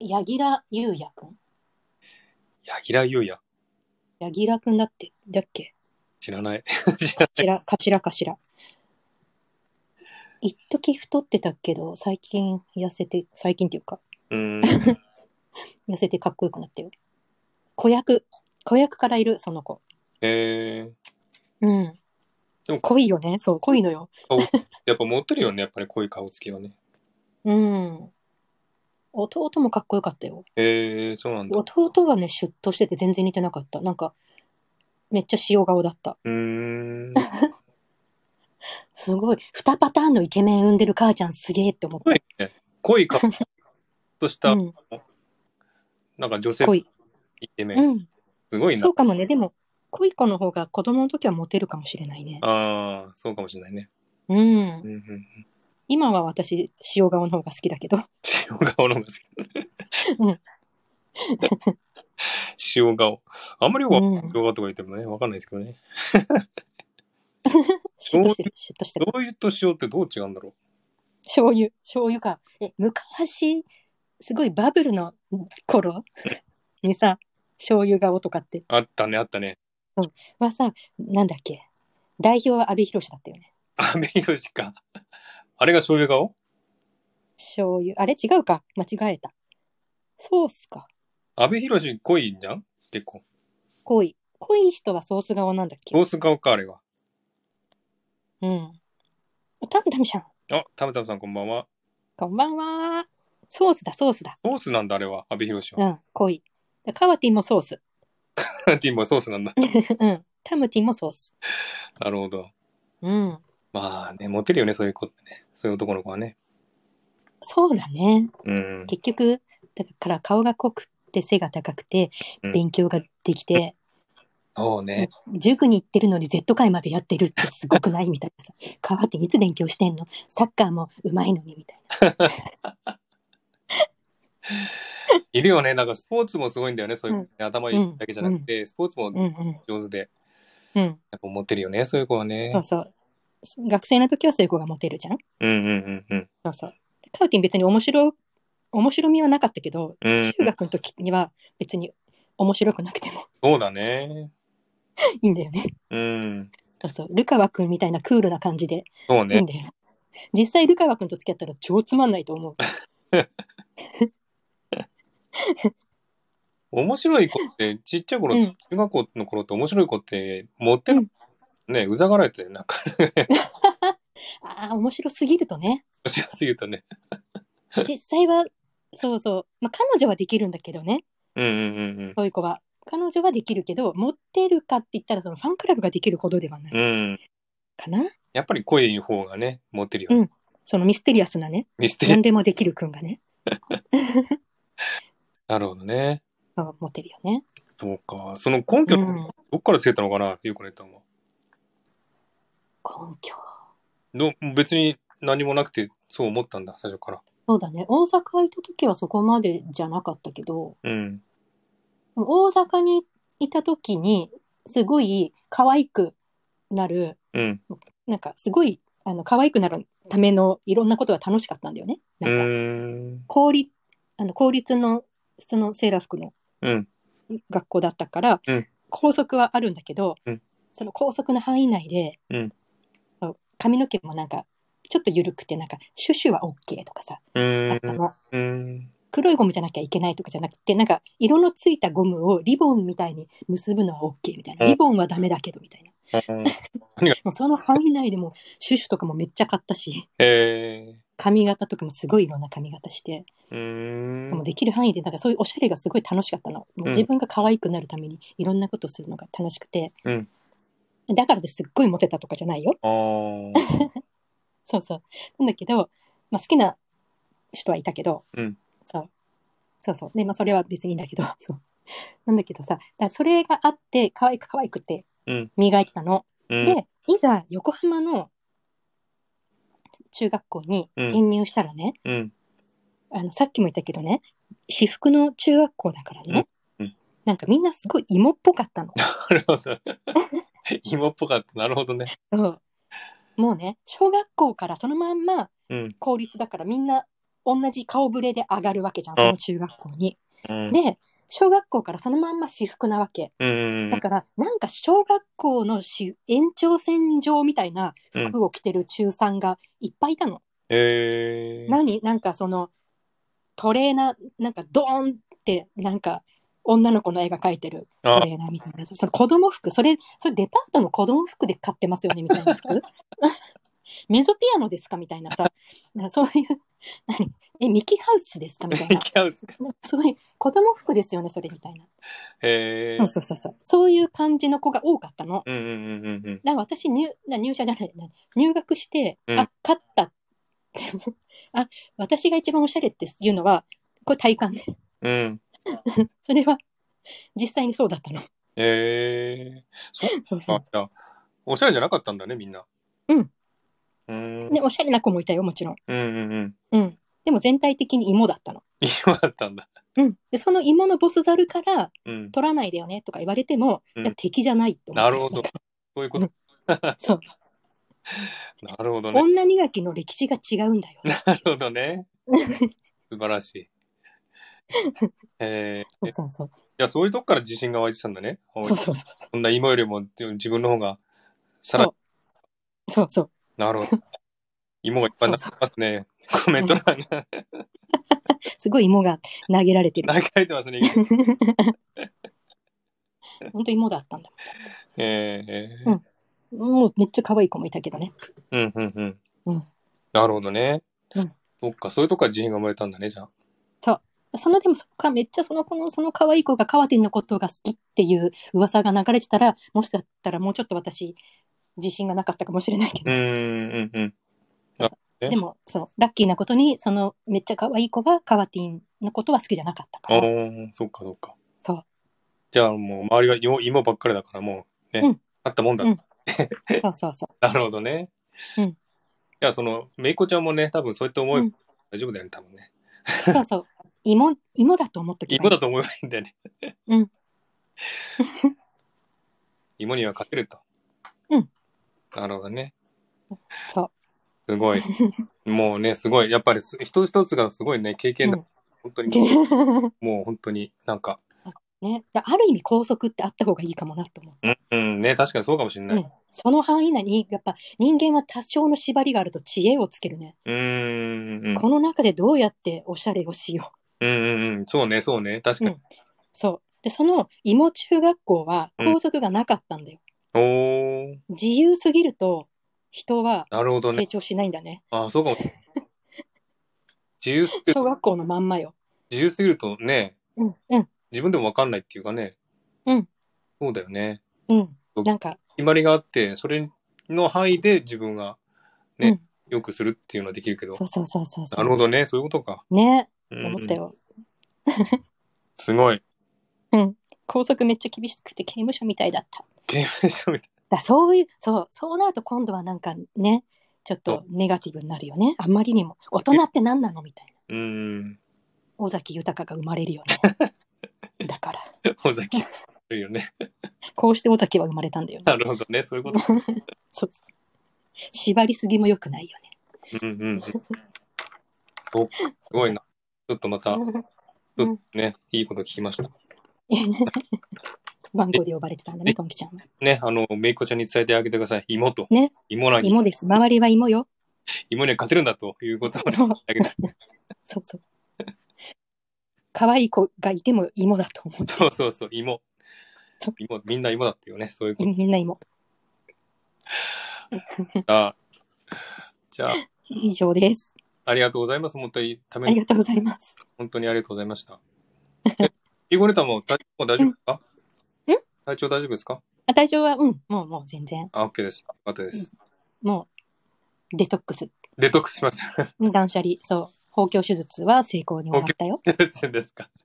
柳楽優也くん
柳楽優也。
柳楽くんだって、だっけ
知らない。
頭、頭、頭。一時太ってたけど、最近痩せて、最近っていうか、
うん。
痩せてかっこよくなったよ。子役、子役からいる、その子。
えー、
うん。
でも
濃いよね。そう、濃いのよ。
顔、やっぱ持ってるよね、やっぱり濃い顔つきはね。
うん。弟もかっこよかったよ。
えー、そうなんだ。
弟はね、シュッとしてて全然似てなかった。なんか、めっちゃ塩顔だった。
うーん。
すごい。二パターンのイケメン産んでる母ちゃんすげえって思っ。
濃いね。濃い顔としたた、
うん、
なんか女性
濃い。
イケメ
う
ン。
ん。
すごいな
そう。かもね。でも、濃い子の方が子供の時はモテるかもしれないね。
ああ、そうかもしれないね。
う。
うんん うん。
今は私、塩顔の方が好きだけど。
塩顔の方が
う
好
ん
き。塩顔。あんまりよくわかんない、
うん
塩顔とか言ってもね、わかんないですけどね。
シュッとしてる、シュッとしてる。
醤油と塩ってどう違うんだろ
醤油、醤油か。え、昔、すごいバブルの頃にさ、醤油顔とかって
う。あったね、あったね。
はさ、なんだっけ、代表は阿部寛だったよね。
アメリカしか。あれが醤油顔
醤油、あれ違うか、間違えた。ソースか。
阿部寛濃いんじゃん結構。
濃い。濃い人はソース顔なんだっけ
ソース顔か、あれは。
うん。タムタムシャん
あ、タムタムさんこんばんは。
こんばんは。ソースだ、ソースだ。
ソースなんだ、あれは。阿部寛は。
うん、濃い。カワティもソース。
ティンもソースなんだ。
うん。タムティもソース。
なるほど。
うん。
まあね、モテるよね、そういう子ってね。そういう男の子はね。
そうだね。
うん。
結局、だから顔が濃くて背が高くて
うん、
勉強ができて、
そうね。
塾に行ってるのに Z 会までやってるってすごくないみたいなさ。川っていつ勉強してんのサッカーもうまいのにみたいな。
いるよね。なんかスポーツもすごいんだよね。そういう子ね、頭いいだけじゃなくて、スポーツも
うんうん。
上手で、
うん。
やっぱ持ってるよね、そういう子はね
そう。そう。学生の時はそういう子がモテるじゃん
うんうんうんうん。
そうそう。カワティ別に面白、面白みはなかったけど、
うん
中、学の時には別に面白くなくても
そうだね。
いいんだよね。
うん。
そうそう。ルカワ君みたいなクールな感じで
そう
いいん
ね。
だよね。実際ルカワ君と付き合ったら超つまんないと思う。
面白い子って、ちっちゃい頃、
うん
中学校の頃って面白い子って、持ってる、ね、うざがられてる、なんか、
ああ、面白すぎるとね。
面白すぎるとね。
実際はそうそう、まあ、彼女はできるんだけどね
うんうんうんうん。
そういう子は彼女はできるけど、持ってるかって言ったら、そのファンクラブができるほどではな
う
い
ん。
かな。
やっぱり声の方がね、モテるよね。
うんそのミステリアスなね、
ミステリー。
何でもできる君がね、
なるほどね。
そうモテるよね。
そうか。その根拠、
うん
どっからつけたのかな、ゆうこねたんは。
根拠。
ど別に何もなくて、そう思ったんだ、最初から。
そうだね。大阪行った時はそこまでじゃなかったけど、
うん。
でも大阪にいた時に、すごい可愛くなる、
うん。
なんかすごい、あの、可愛くなるためのいろんなことが楽しかったんだよね。
う
なんか、
ーん。
公立、あの、公立の、普通のセーラー服の
うん。
学校だったから、
うん
校則はあるんだけど、
うん
その校則の範囲内で、
うん
そう髪の毛もなんかちょっと緩くてなんかシュシュは OK とかさ、
う
あった
ーん。
の
うん。
黒いゴムじゃなきゃいけないとかじゃなくてなんか色のついたゴムをリボンみたいに結ぶのは OK みたいな
うん
リボンはダメだけどみたいなもうその範囲内でもシュシュとかもめっちゃ買ったし
え
髪型とかもすごいいろんな髪型して、
ー。うー
でも
ん。
できる範囲でなんかそういうおしゃれがすごい楽しかったの、もう自分が可愛くなるためにいろんなことをするのが楽しくて、
うん
だからですっごいモテたとかじゃないよ
あー。
そうそうなんだけど、まあ、好きな人はいたけど、
うん
そうそうそうで、まあ、それは別にいいんだけど そうなんだけどさだからそれがあって可愛く可愛くて
うん
磨いてたの、
うん。
でいざ横浜の中学校に転入したらね、
うん。
あのさっきも言ったけどね私服の中学校だからね、
うんうん
なんかみんなすごい芋っぽかったの
なるほど。 芋っぽかった。なるほどね。
そうもうね小学校からそのまんま
うん。
公立だからみんな同じ顔ぶれで上がるわけじゃんその中学校に、
うん。
で小学校からそのまんま私服なわけ
うん。
だからなんか小学校のし延長線上みたいな服を着てる中3がいっぱいいたの、
えー。
何なんかそのトレーナーなんかドーンってなんか女の子の絵が描いてるト
あ
レーナーみたいなその子供服それそれデパートの子供服で買ってますよねみたいな服 メゾピアノですかみたいなさなんかそういう何えミキハウスですかみたい な
ミキハウス。
なんかそういう子供服ですよねそれみたいな、
え
う
ー
ん。そうそうそうそういう感じの子が多かったの
うんうんうんうんうん。
だから私入な入社じゃないな入学して、
うん
あ勝った ってあ私が一番おしゃれっていうのはこれ体感ね
うん。
それは実際にそうだったの
え
そう
ー。
そ
あ、じゃあ、おしゃれじゃなかったんだね、みんな。
うん。
うー。
うんでおしゃれな子もいたよもちろん、
うんうんうん。
うん、でも全体的に芋だったの、
今だったんだ。
うん、でその芋のボスザルから
うん。
取らないでよねとか言われても、
うん
いや敵じゃないと思っ
な
て
るほど
んか
そういうこと。
そう
なるほどね。
女磨きの歴史が違うんだよ
なるほどね。素晴らしい。えー、
そうそうそう
いや、そういうとこから自信が湧いてたんだね。
そうそうそう
そんな今よりも自分の方が、さらに、
そうそう
なるほど。芋がいっぱいなってますね。コメント欄が
すごい芋が投げられてる
投げられてますね。
本当芋だったんだ
え
う
ー
ん、もうめっちゃ可愛い子もいたけどね
うん、うん、うん。
うん
なるほどね。
うん
そっか、そういうとこから自信が生まれたんだね、じゃあ。
そのでもそっかめっちゃその子のその可愛い子がカワテンのことが好きっていう噂が流れてたらもしかしたらもうちょっと私自信がなかったかもしれないけ
う
ど、
ん、うん、うん。うん
でもそうラッキーなことにそのめっちゃ可愛い子がカワテンのことは好きじゃなかった
あ
から
あ、そっか、そっか。
そ
じゃあもう、周りがよ芋ばっかりだから、もう、ね、
うん
あったもんだ。
うんうそうそうそう
なるほどね。
うん
いや、その、めいこちゃんもね、多分そういった思い、
うん
大丈夫だよね、多分ね。
そうそう芋芋だと思っとけば
芋
いい
だと思えばいいんだよね。
うん。
芋にはかけると。
うん。
なるほどね。
そう
すごい。もうね、すごい。やっぱりす、一つ一つがすごいね、経験だ。
うん
本当に、
ね
もう本当になんか、
である意味校則ってあった方がいいかもなと思って、
うん、うん、ね、確かにそうかもしれな
う
い。
ん、その範囲内にやっぱ人間は多少の縛りがあると知恵をつけるね、
うーん、うん、
この中でどうやっておしゃれをしよう
うん、うんうん、そうね、そうね、確かに。
そう。で、その芋中学校は
うん
校則がなかったんだよ。
おー、
自由すぎると人は
なるほどね
成。長しないんだね。
あ、そうかも。自由すぎる
小学校のまんまよ。
自由すぎるとね、
うん、うん、
自分でもわかんないっていうかね。
うん
そうだよね。
うん。なんか、
決まりがあって、それの範囲で自分がね、よくするっていうのはできるけど。
そうそうそうそうそ
な
う。
るほどね。そういうことか。
ね、
うん
思った。よ。
すごい。
校則めっちゃ厳しくて刑務所みたいだった。
刑務所みたい。
だそういう、そう、そうなると今度はなんかね、ちょっとネガティブになるよね。あんまりにも。大人って何なのみたいな。
うん。
尾崎豊が生まれるよ ね。だから、
尾崎。いるよね。
こうして尾崎は生まれたんだよね。
なるほどね。そういうこと。
そうそう縛りすぎも良くないよね。
うんうんうん。おすごいな。ちょっとまた、ちょっとね、いいこと聞きました。
番号で呼ばれてたんだね、トンキちゃんは。
ね、あの、めいっ子ちゃんに伝えてあげてください。芋と。
ね
芋なに、
芋です。周りは芋よ。
芋には勝てるんだということをね、
そう
だけど
そうそう。可愛い子がいても芋だと思って。
そうそうそう、芋
そう。
芋、みんな芋だっていうね、そういうこと
みんな芋。
だ。じゃあ、
以上です。
ありがとうございます。本当に、た
あ
め
り
に、
がとうございます。
本当にありがとうございました。えイゴレタも、体調も大丈夫ですか
うん
体調大丈夫ですか
あ体調は、うん、もうもう全然。
あ、OK です。よかったです。
もう、デトックス。
デトックスしました。
断捨離。そう。包協手術は成功に終わったよ。
別ですか。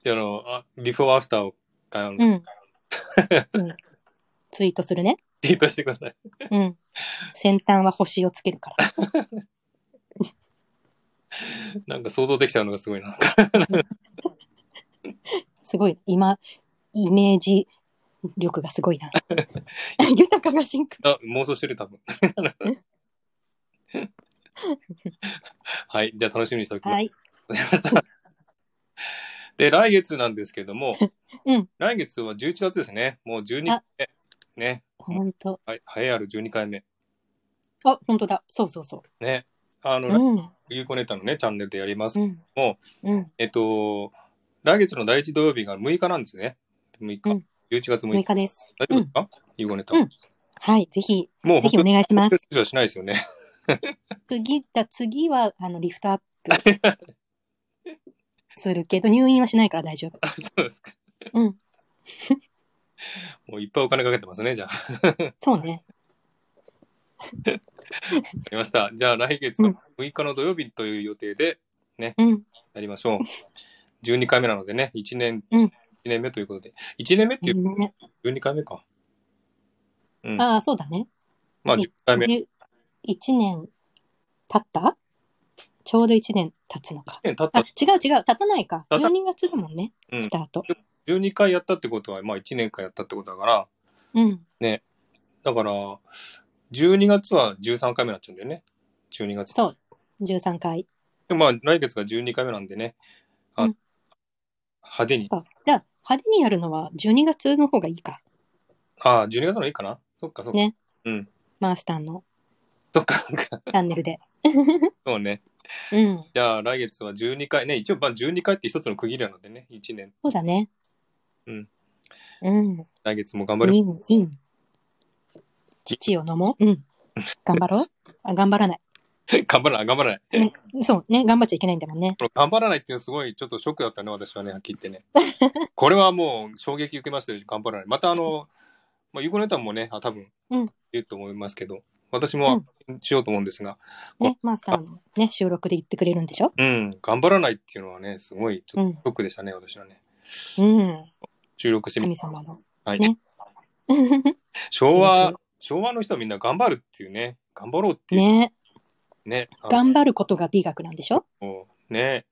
じゃあ、あの、あビフォーアフターを、あの、
うん、うん。ツイートするね。
ツイートしてください。
うん。先端は星をつけるから。
なんか想像できちゃうのがすごいな。
すごい。今、イメージ力がすごいな。豊かが真空。
あ、妄想してる、多分。 はい、じゃあ楽しみにしておきます。
はい。
で、来月なんですけれども、
うん
来月は11月ですね。もう12回目。ね、
ほんと。
はい、栄えある12回目。
あ、ほんとだ。そうそうそ
ね、あ
う。
の、
うん。
ゆうこネタのね、チャンネルでやります。
うん。
も
うん。
えっと、来月の第1土曜日が6日なんですね。6日。
うん
11月6
6
日。
日です。
大丈夫
う
です
ん。
か、ゆうこネタ。
うんはい。ぜひ、
もう
ぜひ
本当
お願いします。
にはしないですよね。
次だ、次は、あの、リフトアップ するけど、入院はしないから大丈夫。
そうですか。
うん。
もういっぱいお金かけてますね、じゃあ。
そうね。
わかりました。じゃあ来月の6日の土曜日という予定で
うん。
やりましょう。12回目なのでね、1年、
うん
1年目ということで。1年目っていう
うんね、
12回目か。うん。
ああ、そうだね。
まあ10回目。1
1年経ったちょうど1年経つのか。
年経っ
あ、違
た。
う違う。経たないか。
経た
12月だもんね。
うん
スタート。
12回やったってことは、まあ1年間やったってことだから、
うん。
だから、12月は13回目になっちゃうんだよね。12月。
そう。13回。
でまあ来月が12回目なんでね、あ
うん
派手に。
あじゃあ、派手にやるのは12月の方がいいか。
ああ、12月の方がいいかなそっかそっか。
ね
うん。
マースタンの
そっかそっか。
チャンネルで。
そうね。
うん。
じゃあ来月は12回ね、一応まあ12回って一つの区切りなのでね、1年、
そうだね。
うん。
うん。
来月も頑張りま
いい、いい。父を飲もう。うん。頑張ろ う。あ、頑張らない。
す。 頑張らない、頑張らない。
そうね、頑張っちゃいけないんだもんね。
この頑張らないっていうのすごいちょっとショックだったね、私はね、はっきり言ってね。 これはもう衝撃受けましたよ、頑張らない。またあの、まあ、ゆうこねたんもね、あ多分、
うん
言うと思いますけど、私もしようと思うんですが、
ね、マスターのね、収録で言ってくれるんでしょ
うん、頑張らないっていうのはね、すごいちょっ
うん
とショックでしたね、私はね。
うん。
収録してみ
神
て。
様の。
はい。
ね
昭和、昭和の人はみんな頑張るっていうね、頑張ろうっていう
ね、
ね。あの
頑張ることが美学なんでしょ
もうね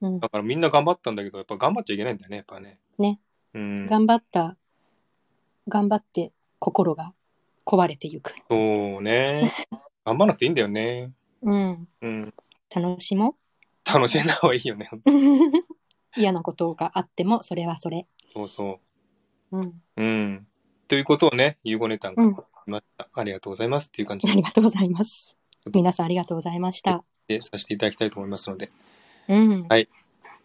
うん
だ。からみんな頑張ったんだけど、やっぱ頑張っちゃいけないんだよね、やっぱね。
ね。
うん。
頑張った、頑張って心が壊れてゆく。
そうね。頑張らなくていいんだよね。
うん。
うん。
楽しも
楽しんだ方がいいよね。
う。 嫌なことがあっても、それはそれ。
そうそ
うん。
う。うん。ということをね、ゆうごねたんか
う
らま
ん。
た、ありがとうございますっていう感じ
ありがとうございます。皆さんありがとうございました。
でさせていただきたいと思いますので。
うん。
はい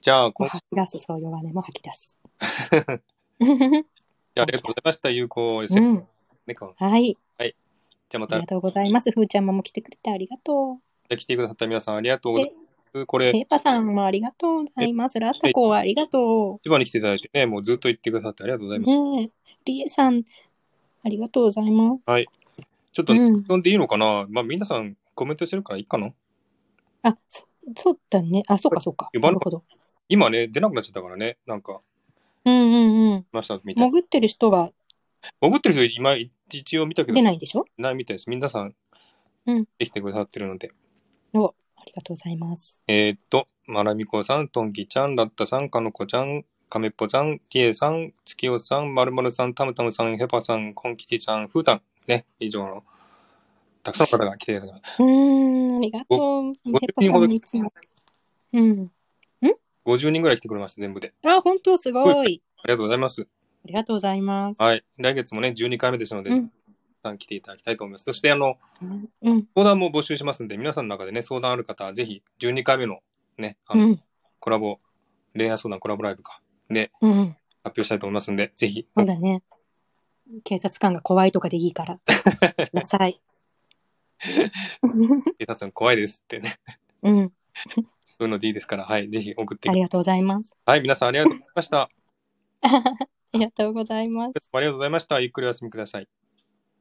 じゃあ、
もう
今
吐き出す、そう弱音も吐き出 す。
じゃあありがとうございました、有効です
う
ね。
ん。
ねか
はい。
じゃあま
あ
た
りがとうございます。ふーちゃんも来てくれてありがとう。
来てくださった皆さんありがとうございます。これ、
ペーパさんもありがとうございます。ラタコはありがと
千葉に来ていただいてね、もうずっと言ってくださってありがとうござい
う。
ます。
ねえ。リエさん、ありがとうございます。
ちょっと、
うん。
読んでいいのかなまあ、皆さんコメントしてるからいいかな
あ、そそうだね。あ、そうかそうか。
呼
な
ばな
る
か
ほど。
今ね、出なくなっちゃったからね、なんか、
うんうんうん。
ましたみたいな。
潜ってる人は
潜ってる人、今、一応見たけど、
出ないんでしょ
ないみたいです。皆さん、
うん
できてくださってるので。
お、ありがとうございます。
えーっと、まなみこさん、とんきちゃん、ラッタさん、かのこちゃん、かめっぽちゃん、りえさん、つきおさん、まるまるさん、たむたむさん、へぱさん、こんきちちゃん、ふうたん。ね、以上の、たくさんの方が来ていただきました。
うーん、ありがとう。
ご
ペッパさんいつも。うん。
50人ぐらい来てくれました、全部で。
あ、本当すごい。
ありがとうございます。
ありがとうございます。
はい。来月もね、12回目ですので、
う
た
ん
くさん来ていただきたいと思います。そして、あの、
うん。
相談も募集しますんで、皆さんの中でね、相談ある方は、ぜひ、12回目のね、あ
う
の、
ん。
コラボ、恋愛相談コラボライブか。で、
うん。
発表したいと思いますんで、ぜひ、
そうだね。警察官が怖いとかでいい から。ください。
警察官怖いですってね、
うん。
そういうのでいいですから、はい、ぜひ送って
あ
く
り
だ
がとうございます。
さい。はい、皆さんありがとうございました。
ありがとうござ います。
ありがとうございました。ゆっくりお休みください。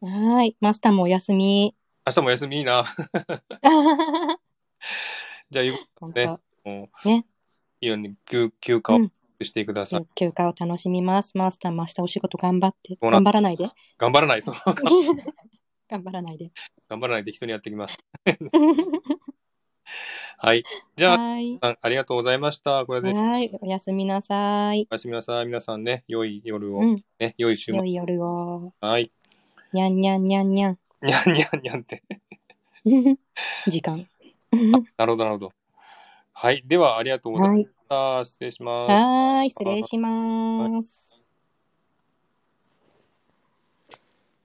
はーい。マスターもお休 み。
明日もお休みいいな。
本
じゃあ、ゆっ
当、
ねもう、
ね
いいように休休暇を
うん
してください。
休休暇を楽しみます。マスターも明日お仕事頑張って。
そうなん
頑張らな いで。
頑張らない、そう。
頑張らないで。
頑張らないで人にやってきます。はい。 じゃあ、
はい。
皆さんありがとうございました。これで、お
はい。おやすみなさい。
やすみなさい。皆さんね、良い夜を、
う
ね、
ん。
良い週末
良。い夜を。
はい。
にゃんにゃんにゃんにゃ ん。
にゃんにゃんにゃんって。
時間。
なるほど、なるほど。はい。では、ありがとうござい
は
ま
い。
した。失礼します。
はーい。失礼します。